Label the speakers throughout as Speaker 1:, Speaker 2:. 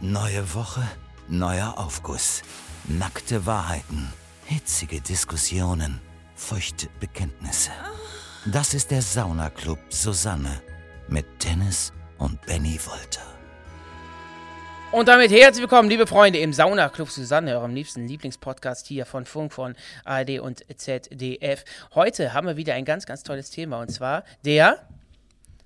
Speaker 1: Neue Woche, neuer Aufguss. Nackte Wahrheiten, hitzige Diskussionen, feuchte Bekenntnisse. Das ist der Saunaclub Susanne mit Dennis und Benny Wolter.
Speaker 2: Und damit herzlich willkommen, liebe Freunde, im Sauna Club Susanne, eurem liebsten Lieblingspodcast hier von Funk, von ARD und ZDF. Heute haben wir wieder ein ganz, ganz tolles Thema und zwar der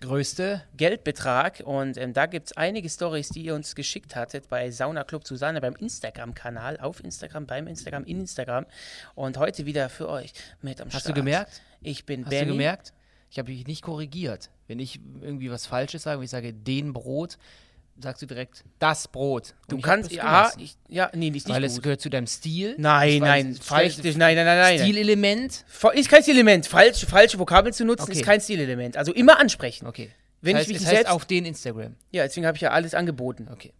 Speaker 3: größte.
Speaker 2: Geldbetrag. Und ähm, da gibt es einige Stories, die ihr uns geschickt hattet bei Sauna Club Susanne beim Instagram-Kanal, auf Instagram, beim Instagram, in Instagram. Und heute wieder für euch mit am
Speaker 3: Hast du
Speaker 2: Start.
Speaker 3: gemerkt?
Speaker 2: Ich bin
Speaker 3: Hast
Speaker 2: Benny.
Speaker 3: du gemerkt? Ich habe dich nicht korrigiert. Wenn ich irgendwie was Falsches sage, wenn ich sage den Brot, sagst du direkt das Brot. Und
Speaker 2: Du
Speaker 3: ich hab
Speaker 2: kannst,
Speaker 3: das
Speaker 2: ja,
Speaker 3: gelassen,
Speaker 2: ich, ja, nee, nicht,
Speaker 3: weil
Speaker 2: nicht
Speaker 3: es
Speaker 2: gut.
Speaker 3: gehört zu deinem Stil.
Speaker 2: Nein,
Speaker 3: Es war
Speaker 2: nein,
Speaker 3: ein
Speaker 2: falsch nicht. Nein, nein, nein, nein.
Speaker 3: Stilelement.
Speaker 2: Fa- Ist kein Stilelement. Falsche, falsche Vokabeln zu nutzen,
Speaker 3: Okay.
Speaker 2: ist kein Stilelement. Also immer ansprechen.
Speaker 3: Okay.
Speaker 2: Wenn ich
Speaker 3: es heißt,
Speaker 2: mich
Speaker 3: es
Speaker 2: nicht
Speaker 3: heißt
Speaker 2: selbst-
Speaker 3: auf den Instagram.
Speaker 2: Ja, deswegen habe ich ja alles angeboten.
Speaker 3: Okay.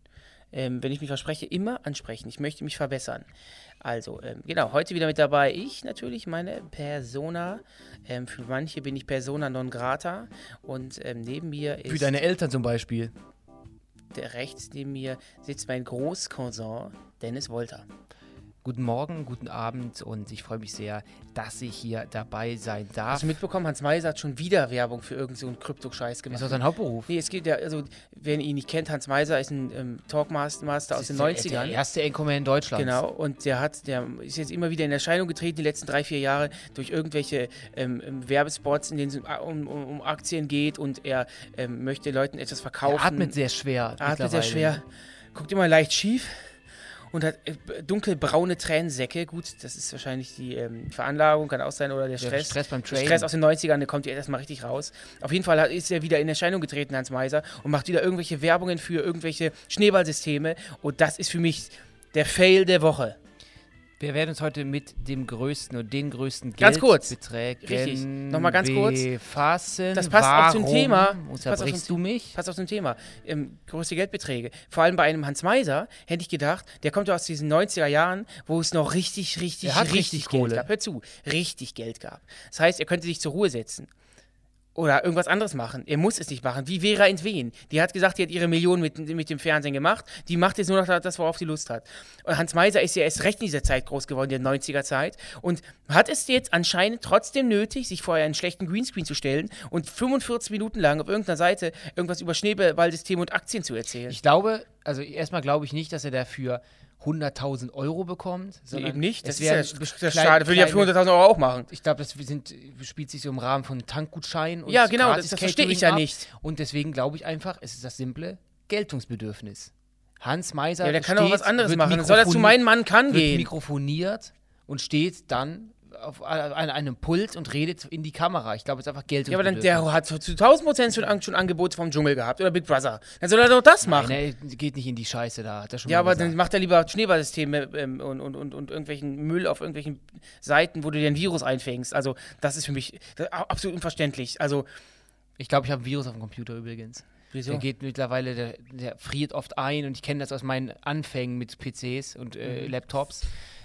Speaker 2: Ähm, wenn ich mich verspreche, immer ansprechen. Ich möchte mich verbessern. Also, ähm, genau, heute wieder mit dabei. Ich natürlich, meine Persona. Ähm, für manche bin ich Persona non grata. Und ähm, neben mir ist.
Speaker 3: Für deine Eltern zum Beispiel.
Speaker 2: der, rechts neben mir sitzt mein Großcousin, Dennis Wolter.
Speaker 3: Guten Morgen, guten Abend und ich freue mich sehr, dass ich hier dabei sein
Speaker 2: Hast
Speaker 3: darf.
Speaker 2: du mitbekommen, Hans Meiser hat schon wieder Werbung für irgendeinen so einen Krypto-Scheiß
Speaker 3: Das
Speaker 2: gemacht.
Speaker 3: ist doch dein Hauptberuf.
Speaker 2: Nee, es geht ja, also, wer ihn nicht kennt, Hans Meiser ist ein ähm, Talkmaster aus den
Speaker 3: Das ist der-
Speaker 2: 90ern.
Speaker 3: Der erste Anchorman in Deutschland.
Speaker 2: Genau, und der hat, der ist jetzt immer wieder in Erscheinung getreten, die letzten drei, vier Jahre, durch irgendwelche ähm, ähm, Werbespots, in denen es um, um, um um Aktien geht und er ähm, möchte Leuten etwas verkaufen.
Speaker 3: Er atmet sehr schwer.
Speaker 2: atmet sehr
Speaker 3: mittlerweile.
Speaker 2: schwer, guckt immer leicht schief und hat äh, dunkelbraune Tränensäcke. Gut, das ist wahrscheinlich die ähm, Veranlagung, kann auch sein, oder der
Speaker 3: Der
Speaker 2: Stress.
Speaker 3: Stress beim
Speaker 2: Der
Speaker 3: Trading.
Speaker 2: Stress aus den 90ern, der kommt ja erstmal richtig raus. Auf jeden Fall hat- ist er wieder in Erscheinung getreten, Hans Meiser, und macht wieder irgendwelche Werbungen für irgendwelche Schneeballsysteme. Und das ist für mich der Fail der Woche.
Speaker 3: Wir werden uns heute mit dem größten und den größten
Speaker 2: Ganz kurz.
Speaker 3: Geldbeträgen
Speaker 2: Richtig. Nochmal ganz kurz.
Speaker 3: befassen.
Speaker 2: Das passt auch zum
Speaker 3: Warum
Speaker 2: Thema. Das passt auch
Speaker 3: Unterbrichst du
Speaker 2: zum-
Speaker 3: mich?
Speaker 2: Passt auf zum Thema. Ähm, größte Geldbeträge. Vor allem bei einem Hans Meiser hätte ich gedacht, der kommt ja aus diesen 90er Jahren, wo es noch richtig, richtig,
Speaker 3: Er hat
Speaker 2: richtig,
Speaker 3: richtig
Speaker 2: Geld
Speaker 3: Kohle.
Speaker 2: gab. Hör zu, richtig Geld gab. Das heißt, er könnte sich zur Ruhe setzen. Oder irgendwas anderes machen. Er muss es nicht machen. Wie Vera Entwen. Die hat gesagt, die hat ihre Millionen mit, mit dem Fernsehen gemacht. Die macht jetzt nur noch das, worauf sie Lust hat. Und Hans Meiser ist ja erst recht in dieser Zeit groß geworden, der 90er-Zeit. Und hat es jetzt anscheinend trotzdem nötig, sich vorher einen schlechten Greenscreen zu stellen und 45 Minuten lang auf irgendeiner Seite irgendwas über Schneeballsysteme und Aktien zu erzählen.
Speaker 3: Ich glaube, also erstmal glaube ich nicht, dass er dafür 100.000 Euro bekommt. Sondern
Speaker 2: Eben nicht. Das
Speaker 3: Es
Speaker 2: ist ja
Speaker 3: wären
Speaker 2: das ist ja
Speaker 3: klein-
Speaker 2: schade. Würde ich ja für
Speaker 3: kleine-
Speaker 2: 100.000 Euro auch machen.
Speaker 3: Ich glaube, das sind, spielt sich so im Rahmen von Tankgutschein und
Speaker 2: Ja, genau, das-
Speaker 3: gratis
Speaker 2: das versteh ich
Speaker 3: Catering
Speaker 2: ja
Speaker 3: ab.
Speaker 2: nicht.
Speaker 3: Und deswegen glaube ich einfach, es ist das simple Geltungsbedürfnis. Hans Meiser
Speaker 2: Ja, der kann doch
Speaker 3: steht,
Speaker 2: was anderes
Speaker 3: wird
Speaker 2: machen. Dann soll er zu
Speaker 3: mikrofoni-
Speaker 2: meinem Mann kann
Speaker 3: wird
Speaker 2: gehen.
Speaker 3: mikrofoniert und steht dann auf, a- an einem Pult und redet in die Kamera. Ich glaube, es ist einfach Geld.
Speaker 2: Ja, aber dann, der hat zu 1000 Prozent schon, Ang- schon Angebote vom Dschungel gehabt oder Big Brother. Dann soll er doch das machen.
Speaker 3: Nein, er geht nicht in ne, die Scheiße da, hat er schon
Speaker 2: ja,
Speaker 3: mal
Speaker 2: aber
Speaker 3: gesagt.
Speaker 2: dann macht er lieber Schneeballsysteme ähm, und, und, und, und irgendwelchen Müll auf irgendwelchen Seiten, wo du dir ein Virus einfängst. Also, das ist für mich äh, absolut unverständlich. Also,
Speaker 3: Ich glaube, ich habe ein Virus auf dem Computer übrigens.
Speaker 2: wieso?
Speaker 3: Der geht mittlerweile, der, der friert oft ein und ich kenne das aus meinen Anfängen mit PCs und äh, Laptops.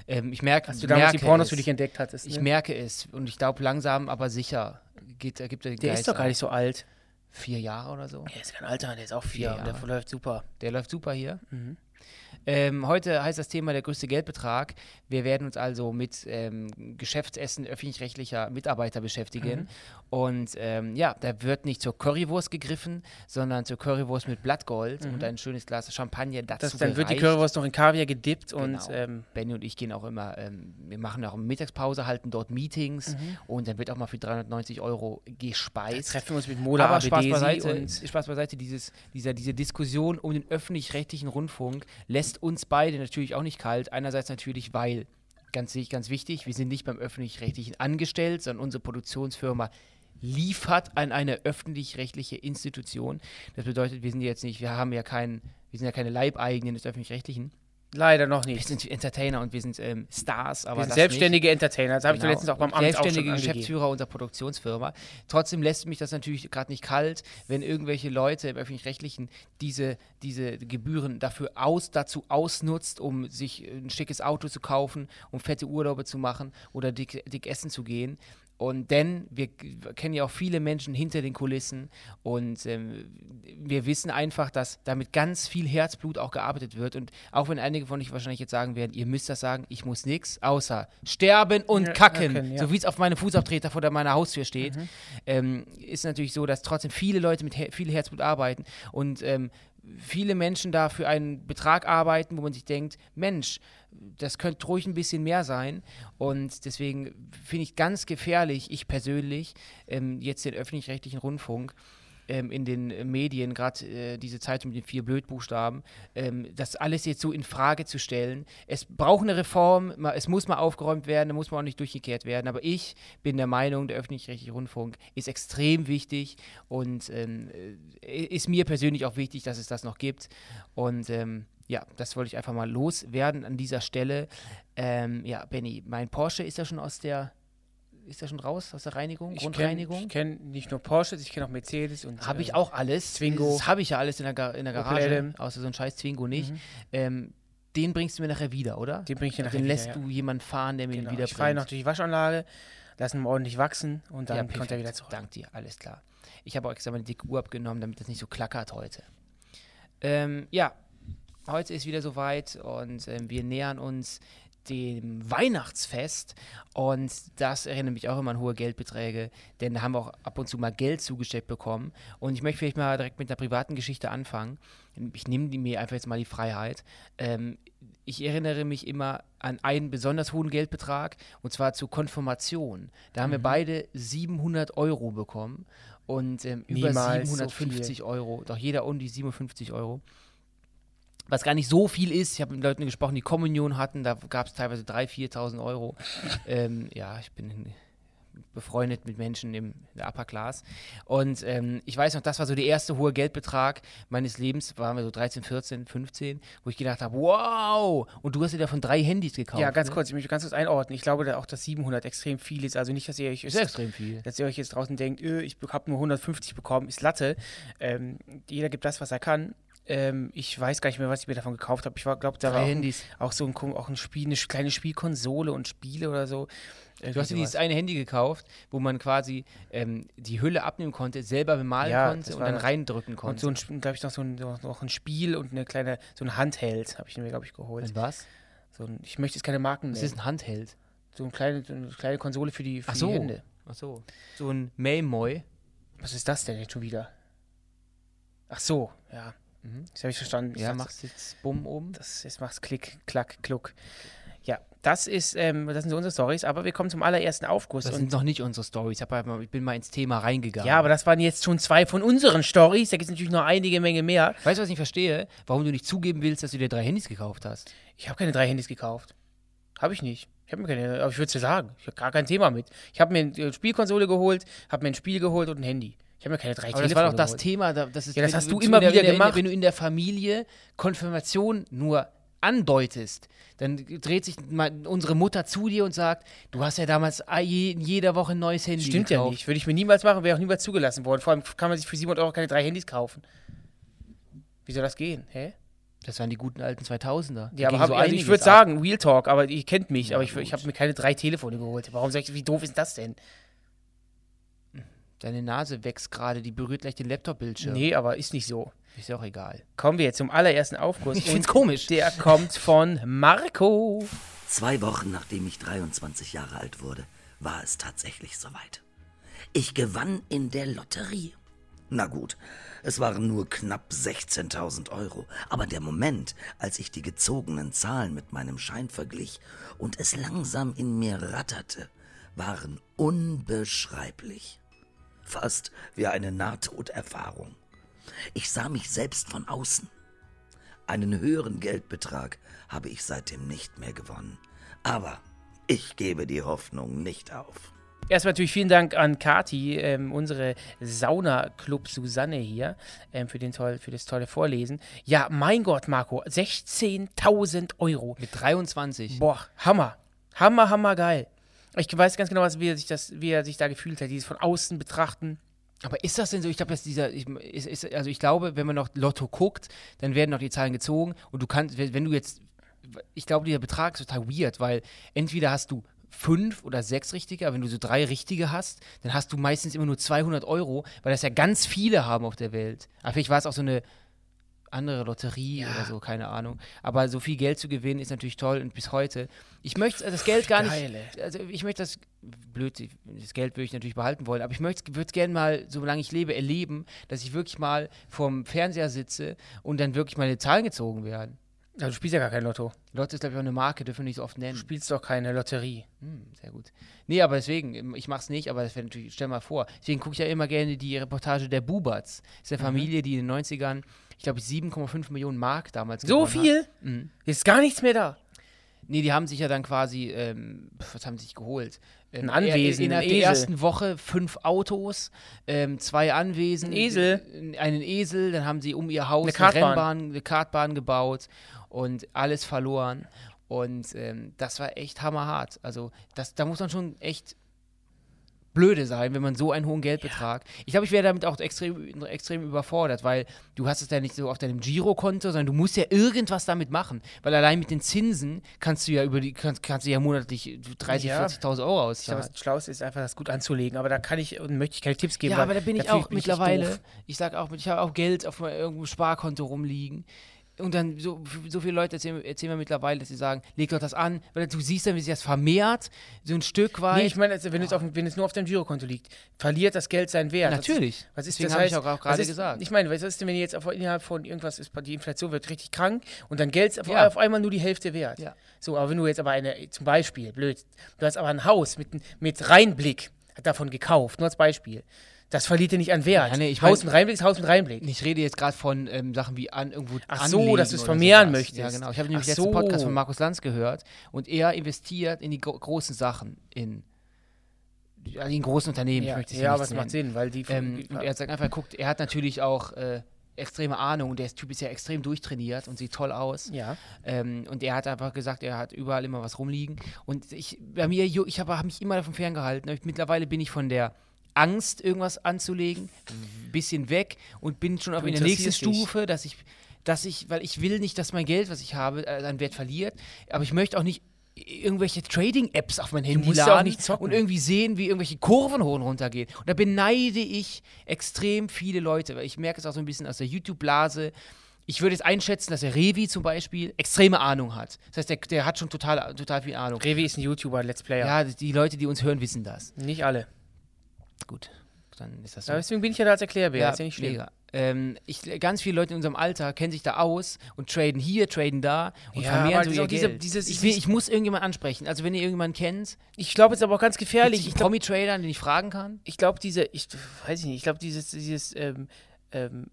Speaker 3: Ähm, ich merke,
Speaker 2: Mhm. Hast du damals die
Speaker 3: merke
Speaker 2: Pornos
Speaker 3: es.
Speaker 2: für dich entdeckt hattest?
Speaker 3: Ich
Speaker 2: ne?
Speaker 3: merke es und ich glaube langsam, aber sicher geht, ergibt er den
Speaker 2: Der
Speaker 3: Geist
Speaker 2: ist doch gar
Speaker 3: auf.
Speaker 2: nicht so alt.
Speaker 3: vier Jahre oder so.
Speaker 2: Der ist kein Alter, der ist auch vier
Speaker 3: Ja,
Speaker 2: und der
Speaker 3: aber-
Speaker 2: läuft super.
Speaker 3: Der läuft super hier.
Speaker 2: Mhm.
Speaker 3: Ähm, heute heißt das Thema der größte Geldbetrag. Wir werden uns also mit ähm, Geschäftsessen öffentlich-rechtlicher Mitarbeiter beschäftigen.
Speaker 2: Mhm.
Speaker 3: Und ähm, ja, da wird nicht zur Currywurst gegriffen, sondern zur Currywurst mit Blattgold und ein schönes Glas Champagner dazu.
Speaker 2: Mhm. Das, dann wird die
Speaker 3: gereicht.
Speaker 2: Currywurst noch in Kaviar gedippt
Speaker 3: Genau.
Speaker 2: und ähm,
Speaker 3: Benny und ich gehen auch immer, ähm, wir machen auch Mittagspause, halten dort Meetings
Speaker 2: Mhm.
Speaker 3: und dann wird auch mal für 390 Euro gespeist.
Speaker 2: treffen wir uns mit Mola
Speaker 3: aber Spaß
Speaker 2: Abedesi
Speaker 3: beiseite,
Speaker 2: und
Speaker 3: Spaß beiseite dieses, dieser, diese Diskussion um den öffentlich-rechtlichen Rundfunk lässt uns beide natürlich auch nicht kalt. Einerseits natürlich, weil, ganz, sich- ganz wichtig, wir sind nicht beim öffentlich-rechtlichen angestellt, sondern unsere Produktionsfirma liefert an eine öffentlich-rechtliche Institution. Das bedeutet, wir sind jetzt nicht, wir haben ja keinen, wir sind ja keine Leibeigenen des öffentlich-rechtlichen.
Speaker 2: leider noch
Speaker 3: Wir
Speaker 2: nicht.
Speaker 3: sind Entertainer und wir sind ähm, Stars, aber
Speaker 2: Wir sind
Speaker 3: das nicht.
Speaker 2: selbstständige Entertainer. Das habe ich
Speaker 3: Genau.
Speaker 2: letztens auch beim
Speaker 3: Und
Speaker 2: Amt auch schon
Speaker 3: Selbstständige
Speaker 2: angegeben.
Speaker 3: Geschäftsführer unserer Produktionsfirma. Trotzdem lässt mich das natürlich gerade nicht kalt, wenn irgendwelche Leute im Öffentlich-Rechtlichen diese, diese Gebühren dafür aus, dazu ausnutzt, um sich ein schickes Auto zu kaufen, um fette Urlaube zu machen oder dick, dick essen zu gehen. Und denn wir k- kennen ja auch viele Menschen hinter den Kulissen und ähm, wir wissen einfach, dass damit ganz viel Herzblut auch gearbeitet wird. Und auch wenn einige von euch wahrscheinlich jetzt sagen werden, ihr müsst das sagen, ich muss nichts, außer sterben und
Speaker 2: Ja,
Speaker 3: kacken,
Speaker 2: kacken, ja.
Speaker 3: so wie es auf meinem Fußabtreter vor der- meiner Haustür steht, ähm, ist natürlich so, dass trotzdem viele Leute mit Her viel Herzblut arbeiten und ähm, viele Menschen da für einen Betrag arbeiten, wo man sich denkt, Mensch, das könnte ruhig ein bisschen mehr sein. Und deswegen finde ich ganz gefährlich, ich persönlich, ähm, jetzt den öffentlich-rechtlichen Rundfunk ähm, in den äh, Medien, gerade äh, diese Zeitung mit den vier Blödbuchstaben, ähm, das alles jetzt so in Frage zu stellen. Es braucht eine Reform, ma- es muss mal aufgeräumt werden, da muss man auch nicht durchgekehrt werden. Aber ich bin der Meinung, der öffentlich-rechtliche Rundfunk ist extrem wichtig und ähm, äh, ist mir persönlich auch wichtig, dass es das noch gibt. Und ähm, ja, das wollte ich einfach mal loswerden an dieser Stelle. Ähm, ja, Benny, mein Porsche ist ja schon aus der, ist ja schon raus aus der Reinigung,
Speaker 2: Ich kenne
Speaker 3: Grundreinigung.
Speaker 2: kenn nicht nur Porsches, ich kenne auch Mercedes und.
Speaker 3: Habe ich
Speaker 2: äh,
Speaker 3: auch alles.
Speaker 2: Zwingo.
Speaker 3: Das habe ich ja alles in der, Gar in der
Speaker 2: Opel
Speaker 3: Garage.
Speaker 2: Adam.
Speaker 3: Außer so ein scheiß Zwingo nicht. Ähm, den bringst du mir nachher wieder, oder?
Speaker 2: Mhm. Den bring ich dir nachher
Speaker 3: Den lässt
Speaker 2: wieder, ja.
Speaker 3: du jemanden fahren, der mir
Speaker 2: Genau.
Speaker 3: ihn wieder
Speaker 2: Ich fahre ihn noch
Speaker 3: bringt.
Speaker 2: durch die Waschanlage, lasse ihn ordentlich wachsen und dann
Speaker 3: ja,
Speaker 2: kommt er
Speaker 3: perfekt.
Speaker 2: wieder zurück.
Speaker 3: Dank dir, alles klar. Ich habe auch extra meine dicke Uhr abgenommen, damit das nicht so klackert heute. Ähm, ja, heute ist wieder soweit und ähm, wir nähern uns dem Weihnachtsfest und das erinnert mich auch immer an hohe Geldbeträge, denn da haben wir auch ab und zu mal Geld zugesteckt bekommen und ich möchte vielleicht mal direkt mit einer privaten Geschichte anfangen. Ich nehme die- mir einfach jetzt mal die Freiheit. Ähm, ich erinnere mich immer an einen besonders hohen Geldbetrag und zwar zur Konfirmation. Da haben
Speaker 2: Mhm.
Speaker 3: wir beide 700 Euro bekommen und ähm, über
Speaker 2: Niemals so
Speaker 3: 750 Euro, doch jeder um die 57 Euro was gar nicht so viel ist. Ich habe mit Leuten gesprochen, die Kommunion hatten. Da gab es teilweise 3.000, 4.000 Euro. ähm, ja, ich bin befreundet mit Menschen im, in der Upper Class. Und ähm, ich weiß noch, das war so der erste hohe Geldbetrag meines Lebens. Waren wir so 13, 14, 15, wo ich gedacht habe, wow! Und du hast dir davon drei Handys gekauft.
Speaker 2: Ja, ganz
Speaker 3: ne?
Speaker 2: kurz, ich möchte ganz kurz einordnen. Ich glaube da auch, dass 700 extrem viel ist. Also nicht, dass ihr euch,
Speaker 3: Ist ja extrem viel.
Speaker 2: dass ihr euch jetzt draußen denkt, öh, ich habe nur 150 bekommen, ist Latte. Ähm, jeder gibt das, was er kann. Ähm, ich weiß gar nicht mehr, was ich mir davon gekauft habe. Ich glaube, da war
Speaker 3: Drei
Speaker 2: auch, ein-
Speaker 3: Handys.
Speaker 2: auch so ein, kom- auch ein Spiel, eine kleine Spielkonsole und Spiele oder so.
Speaker 3: Du hast dir dieses eine Handy gekauft, wo man quasi ähm, die Hülle abnehmen konnte, selber bemalen
Speaker 2: Ja,
Speaker 3: konnte
Speaker 2: das
Speaker 3: und
Speaker 2: war
Speaker 3: dann
Speaker 2: das.
Speaker 3: reindrücken
Speaker 2: und
Speaker 3: konnte.
Speaker 2: so ein, glaube ich, noch so ein, noch noch ein Spiel und eine kleine, so ein Handheld habe ich mir, glaube ich, geholt.
Speaker 3: Und was?
Speaker 2: So ein, ich möchte jetzt keine Marken
Speaker 3: Das
Speaker 2: nennen.
Speaker 3: ist ein Handheld.
Speaker 2: So, ein kleine, so eine kleine Konsole für die, für
Speaker 3: Ach
Speaker 2: die
Speaker 3: so.
Speaker 2: Hände.
Speaker 3: Ach so. So ein Mailmoy.
Speaker 2: Was ist das denn jetzt schon wieder? Ach so, ja. Das habe ich verstanden. Ich
Speaker 3: Mhm. Ja,
Speaker 2: dachte,
Speaker 3: machst jetzt Bumm oben.
Speaker 2: Das, jetzt macht's Klick, Klack, Kluck. Ja, das ist, ähm, das sind so unsere Stories, aber wir kommen zum allerersten Aufguss.
Speaker 3: Das
Speaker 2: Und,
Speaker 3: sind noch nicht unsere Stories. Ich, hab halt mal- ich bin mal ins Thema reingegangen.
Speaker 2: ja, aber das waren jetzt schon zwei von unseren Stories. Da gibt es natürlich noch einige Menge mehr.
Speaker 3: weißt du, was ich nicht verstehe? Warum du nicht zugeben willst, dass du dir drei Handys gekauft hast?
Speaker 2: Ich habe keine drei Handys gekauft. Habe ich nicht. Ich habe mir keine, aber ich würde es dir sagen. Ich habe gar kein Thema mit. Ich habe mir eine äh, Spielkonsole geholt, habe mir ein Spiel geholt und ein Handy. Ich habe mir keine drei
Speaker 3: Aber das
Speaker 2: Telefone
Speaker 3: war doch das
Speaker 2: geholt.
Speaker 3: Thema. da- Das ist,
Speaker 2: Ja, das
Speaker 3: wenn
Speaker 2: hast du
Speaker 3: zu-
Speaker 2: immer
Speaker 3: in der,
Speaker 2: wieder
Speaker 3: in der,
Speaker 2: gemacht.
Speaker 3: Wenn du in der Familie Konfirmation nur andeutest, dann dreht sich mal unsere Mutter zu dir und sagt, du hast ja damals a- je- in jeder Woche ein neues Handy
Speaker 2: Stimmt ja
Speaker 3: gekauft.
Speaker 2: nicht. Würde ich mir niemals machen, wäre auch niemals zugelassen worden. Vor allem kann man sich für 700 Euro keine drei Handys kaufen. Wie soll das gehen? Hä?
Speaker 3: Das waren die guten alten 2000er. Da
Speaker 2: Ja, aber
Speaker 3: ging
Speaker 2: hab,
Speaker 3: so
Speaker 2: also
Speaker 3: einiges
Speaker 2: ich würde
Speaker 3: ab.
Speaker 2: sagen, Real Talk, aber ihr kennt mich,
Speaker 3: Ja,
Speaker 2: aber ich, ich
Speaker 3: gut.
Speaker 2: habe mir keine drei Telefone geholt. Warum sag ich, wie doof ist das denn?
Speaker 3: Deine Nase wächst gerade, die berührt gleich den Laptop-Bildschirm.
Speaker 2: Nee, aber ist nicht so.
Speaker 3: Ist ja auch egal.
Speaker 2: Kommen wir jetzt zum allerersten Aufguss.
Speaker 3: Ich find's
Speaker 2: und
Speaker 3: komisch.
Speaker 2: Der kommt von Marco.
Speaker 4: Zwei Wochen nachdem ich 23 Jahre alt wurde, war es tatsächlich soweit. Ich gewann in der Lotterie. Na gut, es waren nur knapp 16.000 Euro, aber der Moment, als ich die gezogenen Zahlen mit meinem Schein verglich und es langsam in mir ratterte, waren unbeschreiblich. Fast wie eine Nahtoderfahrung. Ich sah mich selbst von außen. Einen höheren Geldbetrag habe ich seitdem nicht mehr gewonnen. Aber ich gebe die Hoffnung nicht auf.
Speaker 2: Erstmal natürlich vielen Dank an Kati, ähm, unsere Sauna-Club Susanne hier, ähm, für, den toll, für das tolle Vorlesen. Ja, mein Gott, Marco, 16.000 Euro.
Speaker 3: Mit 23.
Speaker 2: Boah, Hammer. Hammer, hammer geil. Ich weiß ganz genau, was, wie, er sich das, wie er sich da gefühlt hat, dieses von außen betrachten.
Speaker 3: Aber ist das denn so? Ich glaube, dass dieser, ich, ist, ist, also ich glaube, wenn man noch Lotto guckt, dann werden noch die Zahlen gezogen und du kannst, wenn wenn du jetzt, ich glaube, dieser Betrag ist total weird, weil entweder hast du fünf oder sechs richtige, aber wenn du so drei richtige hast, dann hast du meistens immer nur 200 Euro, weil das ja ganz viele haben auf der Welt. Aber vielleicht war es auch so eine andere Lotterie oder so, keine Ahnung. Aber so viel Geld zu gewinnen ist natürlich toll und bis heute. Ich möchte also das Geld gar
Speaker 2: Geil,
Speaker 3: nicht. Also ich möchte das blöd, das Geld würde ich natürlich behalten wollen, aber ich möchte würde gerne mal, solange ich lebe, erleben, dass ich wirklich mal vorm Fernseher sitze und dann wirklich meine Zahlen gezogen werden.
Speaker 2: Ja, Also, du spielst ja gar kein Lotto.
Speaker 3: Leute ist, glaube ich, auch eine Marke, dürfen wir nicht so oft
Speaker 2: Du
Speaker 3: nennen.
Speaker 2: spielst doch keine Lotterie.
Speaker 3: Hm, sehr gut. Nee, aber deswegen, ähm, ich mach's nicht, aber das wäre natürlich, stell mal vor. Deswegen gucke ich ja immer gerne die Reportage der Bubats. Das ist eine Familie, die in den 90ern, ich glaube, 7,5 Millionen Mark damals
Speaker 2: So
Speaker 3: gewonnen Mhm. Hat.
Speaker 2: viel? Ist gar nichts mehr da.
Speaker 3: Nee, die haben sich ja dann quasi, ähm, pf, was haben sie sich geholt? Ähm,
Speaker 2: Ein Anwesen,
Speaker 3: in- Innerhalb
Speaker 2: ein
Speaker 3: der
Speaker 2: Esel.
Speaker 3: ersten Woche fünf Autos, ähm, zwei Anwesen.
Speaker 2: Ein Esel.
Speaker 3: äh, Einen Esel, dann haben sie um ihr Haus
Speaker 2: Eine
Speaker 3: eine,
Speaker 2: Kartbahn.
Speaker 3: Rennbahn, eine Kartbahn gebaut und alles verloren. Und ähm, das war echt hammerhart. Also das, da muss man schon echt blöde sein, wenn man so einen hohen Geldbetrag. Ich glaube, ich wäre damit auch extrem, extrem überfordert, weil du hast es ja nicht so auf deinem Girokonto, sondern du musst ja irgendwas damit machen, weil allein mit den Zinsen kannst du ja über die kannst, kannst du ja monatlich 30,
Speaker 2: Ja.
Speaker 3: 40.000 Euro
Speaker 2: Ich glaube,
Speaker 3: auszahlen.
Speaker 2: das Schlauste ist einfach, das gut anzulegen. Aber da kann ich und möchte ich keine Tipps geben.
Speaker 3: Ja,
Speaker 2: weil
Speaker 3: aber da bin ich
Speaker 2: natürlich
Speaker 3: auch
Speaker 2: bin echt
Speaker 3: mittlerweile.
Speaker 2: doof.
Speaker 3: Ich, sag auch, ich habe auch Geld auf meinem irgendeinem Sparkonto rumliegen. Und dann so, so viele Leute erzählen, erzählen mir mittlerweile, dass sie sagen, leg doch das an, weil du siehst dann, wie sich das vermehrt, so ein Stück weit.
Speaker 2: Nee, ich meine, also, wenn, es auf, wenn es nur auf deinem Girokonto liegt, verliert das Geld seinen Wert.
Speaker 3: Natürlich.
Speaker 2: Das ist, was ist
Speaker 3: Deswegen
Speaker 2: das
Speaker 3: habe ich
Speaker 2: heißt,
Speaker 3: auch gra-
Speaker 2: was
Speaker 3: gerade
Speaker 2: ist,
Speaker 3: gesagt.
Speaker 2: Ich meine, was ist denn, wenn jetzt auf, innerhalb von irgendwas ist, die Inflation wird richtig krank und dann Geld ist auf,
Speaker 3: Ja.
Speaker 2: auf einmal nur die Hälfte wert.
Speaker 3: Ja.
Speaker 2: So, aber wenn du jetzt aber eine, zum Beispiel, blöd, du hast aber ein Haus mit, mit Reinblick davon gekauft, nur als Beispiel. Das verliert dir nicht an Wert.
Speaker 3: Ja, nee, ich
Speaker 2: Haus
Speaker 3: mein-
Speaker 2: mit Reinblick ist Haus mit Reinblick.
Speaker 3: Ich rede jetzt gerade von ähm, Sachen wie an irgendwo
Speaker 2: Ach so, dass du es
Speaker 3: oder
Speaker 2: vermehren
Speaker 3: sowas.
Speaker 2: möchtest.
Speaker 3: Ja, genau. Ich habe
Speaker 2: Ach
Speaker 3: nämlich letzten
Speaker 2: so.
Speaker 3: Podcast von Markus Lanz gehört und er investiert in die gro großen Sachen in, also in großen Unternehmen. ich
Speaker 2: Ja,
Speaker 3: möchte es
Speaker 2: ja
Speaker 3: nicht
Speaker 2: aber es
Speaker 3: nennen.
Speaker 2: macht Sinn, weil die.
Speaker 3: Ähm, und er sagt einfach, guckt, er hat natürlich auch äh, extreme Ahnung und der Typ ist ja extrem durchtrainiert und sieht toll aus.
Speaker 2: ja.
Speaker 3: Ähm, und er hat einfach gesagt, er hat überall immer was rumliegen. Und ich, bei mir, jo- ich habe hab mich immer davon ferngehalten. Ich, mittlerweile bin ich von der Angst, irgendwas anzulegen, ein bisschen weg und bin schon auf in der nächsten
Speaker 2: interessierst dich.
Speaker 3: Stufe, dass ich, dass ich, weil ich will nicht, dass mein Geld, was ich habe, äh, an Wert verliert. Aber ich möchte auch nicht irgendwelche Trading-Apps auf mein Handy
Speaker 2: musst ja auch
Speaker 3: laden
Speaker 2: nicht zocken.
Speaker 3: und irgendwie sehen, wie irgendwelche Kurven hoch und runter gehen. Und da beneide ich extrem viele Leute, weil ich merke es auch so ein bisschen aus der YouTube-Blase. Ich würde jetzt einschätzen, dass der Revi zum Beispiel extreme Ahnung hat. Das heißt, der, der hat schon total, total viel Ahnung.
Speaker 2: Revi ist ein YouTuber, Let's Player.
Speaker 3: Ja, die Leute, die uns hören, wissen das.
Speaker 2: Nicht alle.
Speaker 3: Gut, dann ist das so.
Speaker 2: Aber deswegen bin ich ja da als Erklärbär. ist ja nicht schlimm.
Speaker 3: mega. Ähm, ich, ganz viele Leute in unserem Alter kennen sich da aus und traden hier, traden da und
Speaker 2: Ja, aber
Speaker 3: vermehren so
Speaker 2: das ist
Speaker 3: ihr
Speaker 2: auch diese-
Speaker 3: Geld.
Speaker 2: dieses-
Speaker 3: ich, will, ich muss irgendjemanden ansprechen. Also wenn ihr irgendjemanden kennt,
Speaker 2: Ich glaube, es ist aber auch ganz gefährlich.
Speaker 3: ehrlich,
Speaker 2: Ich
Speaker 3: einen
Speaker 2: glaub,
Speaker 3: Promi-Trader, den ich fragen kann.
Speaker 2: ich glaube, diese, ich weiß ich nicht, ich glaube, dieses, dieses, ähm, ähm,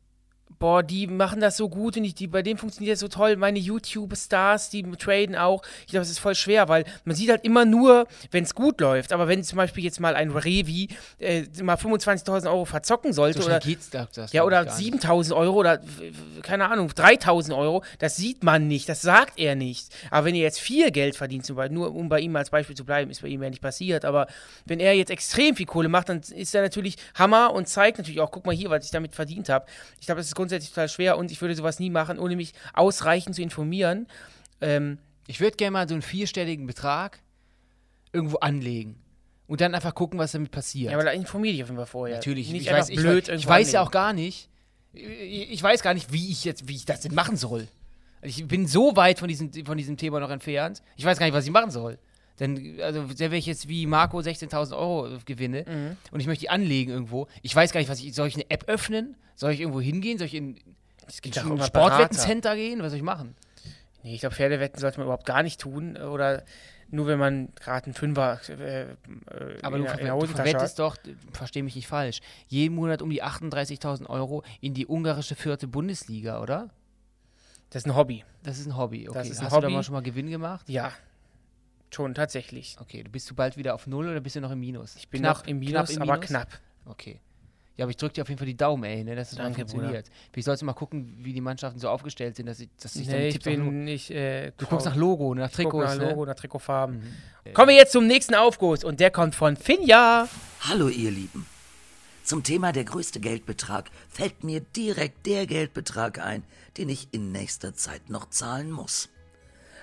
Speaker 2: boah, die machen das so gut und ich, die, bei denen funktioniert das so toll. Meine YouTube-Stars, die traden auch. Ich glaube, es ist voll schwer, weil man sieht halt immer nur, wenn es gut läuft. Aber wenn zum Beispiel jetzt mal ein Revi äh, mal 25.000 Euro verzocken sollte
Speaker 3: So schnell
Speaker 2: oder
Speaker 3: geht's da, das
Speaker 2: Ja,
Speaker 3: glaub ich
Speaker 2: oder
Speaker 3: gar nicht.
Speaker 2: 7000 Euro oder w- w- keine Ahnung, 3000 Euro, das sieht man nicht, das sagt er nicht. Aber wenn ihr jetzt viel Geld verdient, zum Beispiel, nur um bei ihm als Beispiel zu bleiben, ist bei ihm ja nicht passiert, aber wenn er jetzt extrem viel Kohle macht, dann ist er natürlich Hammer und zeigt natürlich auch, guck mal hier, was ich damit verdient habe. Ich glaube, das ist grundsätzlich total schwer und ich würde sowas nie machen, ohne mich ausreichend zu informieren. Ähm,
Speaker 3: Ich würde gerne mal so einen vierstelligen Betrag irgendwo anlegen und dann einfach gucken, was damit passiert.
Speaker 2: ja, aber da informier dich auf jeden Fall vorher.
Speaker 3: Natürlich,
Speaker 2: nicht
Speaker 3: ich weiß,
Speaker 2: einfach blöd
Speaker 3: ich, weiß- ich
Speaker 2: irgendwo
Speaker 3: weiß ja
Speaker 2: anlegen.
Speaker 3: auch gar nicht, ich, ich weiß gar nicht, wie ich jetzt, wie ich das denn machen soll. Ich bin so weit von diesem, von diesem Thema noch entfernt. Ich weiß gar nicht, was ich machen soll. Denn, also, wenn ich jetzt wie Marco 16.000 Euro gewinne
Speaker 2: Mhm.
Speaker 3: und ich möchte die anlegen irgendwo, ich weiß gar nicht, was ich, soll ich eine App öffnen? Soll ich irgendwo hingehen? Soll ich in,
Speaker 2: Es
Speaker 3: in
Speaker 2: gibt auch
Speaker 3: ein
Speaker 2: immer Berater.
Speaker 3: Sportwettencenter gehen? Was soll ich machen?
Speaker 2: Nee, ich glaube, Pferdewetten sollte man überhaupt gar nicht tun. äh, Oder nur wenn man gerade einen Fünfer äh, äh,
Speaker 3: Aber
Speaker 2: in,
Speaker 3: du,
Speaker 2: der-
Speaker 3: ver
Speaker 2: in der
Speaker 3: du
Speaker 2: Hosentasche hat.
Speaker 3: verwettest doch, verstehe mich nicht falsch, jeden Monat um die 38.000 Euro in die ungarische vierte Bundesliga, oder?
Speaker 2: Das ist ein Hobby.
Speaker 3: Das ist ein Hobby, okay.
Speaker 2: Das ist ein
Speaker 3: Hast du da
Speaker 2: Hobby.
Speaker 3: mal schon mal Gewinn gemacht?
Speaker 2: Ja. Schon, tatsächlich.
Speaker 3: Okay, du bist du bald wieder auf Null oder bist du noch im Minus?
Speaker 2: Ich bin noch im Minus, aber knapp.
Speaker 3: Okay. Ja, aber ich drücke dir auf jeden Fall die Daumen, ey, ne, dass das mal
Speaker 2: Danke,
Speaker 3: funktioniert. Ich sollte mal gucken, wie die Mannschaften so aufgestellt sind, dass ich, dass ich dann
Speaker 2: Nee, ich
Speaker 3: Tipps auf Lo-
Speaker 2: bin nicht. Äh,
Speaker 3: Du guckst nach Logo, ne, nach
Speaker 2: Trikots.
Speaker 3: Trikots,
Speaker 2: nach Logo,
Speaker 3: ne? Mhm.
Speaker 2: nach Trikotfarben. Kommen wir jetzt zum nächsten Aufguss und der kommt von Finja.
Speaker 4: Hallo ihr Lieben. Zum Thema der größte Geldbetrag fällt mir direkt der Geldbetrag ein, den ich in nächster Zeit noch zahlen muss.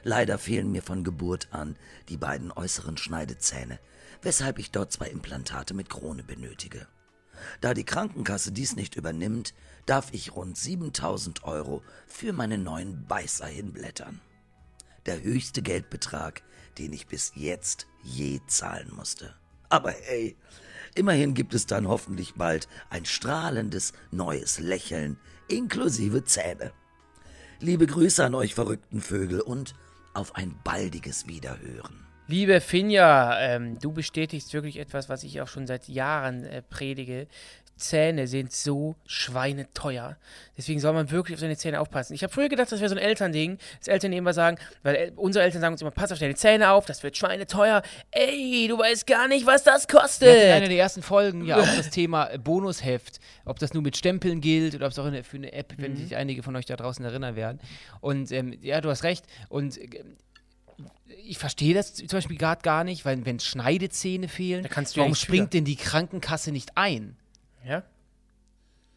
Speaker 4: Leider fehlen mir von Geburt an die beiden äußeren Schneidezähne, weshalb ich dort zwei Implantate mit Krone benötige. Da die Krankenkasse dies nicht übernimmt, darf ich rund 7000 Euro für meine neuen Beißer hinblättern. Der höchste Geldbetrag, den ich bis jetzt je zahlen musste. Aber hey, immerhin gibt es dann hoffentlich bald ein strahlendes neues Lächeln inklusive Zähne. Liebe Grüße an euch verrückten Vögel und auf ein baldiges Wiederhören.
Speaker 2: Liebe Finja, ähm, du bestätigst wirklich etwas, was ich auch schon seit Jahren äh, predige. Zähne sind so schweineteuer. Deswegen soll man wirklich auf seine Zähne aufpassen. Ich habe früher gedacht, das wäre so ein Elternding, dass Eltern immer sagen, weil äh, unsere Eltern sagen uns immer, pass auf deine Zähne auf, das wird schweineteuer. Ey, du weißt gar nicht, was das
Speaker 3: Wir hatten in einer
Speaker 2: kostet.
Speaker 3: der ersten Folgen ja auch das Thema äh, Bonusheft, ob das nur mit Stempeln gilt oder ob es auch eine, für eine App,
Speaker 2: Mhm.
Speaker 3: wenn sich einige von euch da draußen erinnern werden. Und ähm, ja, du hast recht. Und äh, ich verstehe das zum Beispiel gerade gar nicht, weil wenn Schneidezähne fehlen,
Speaker 2: Da kannst du ja
Speaker 3: warum
Speaker 2: nichts für.
Speaker 3: springt denn die Krankenkasse nicht ein?
Speaker 2: Ja?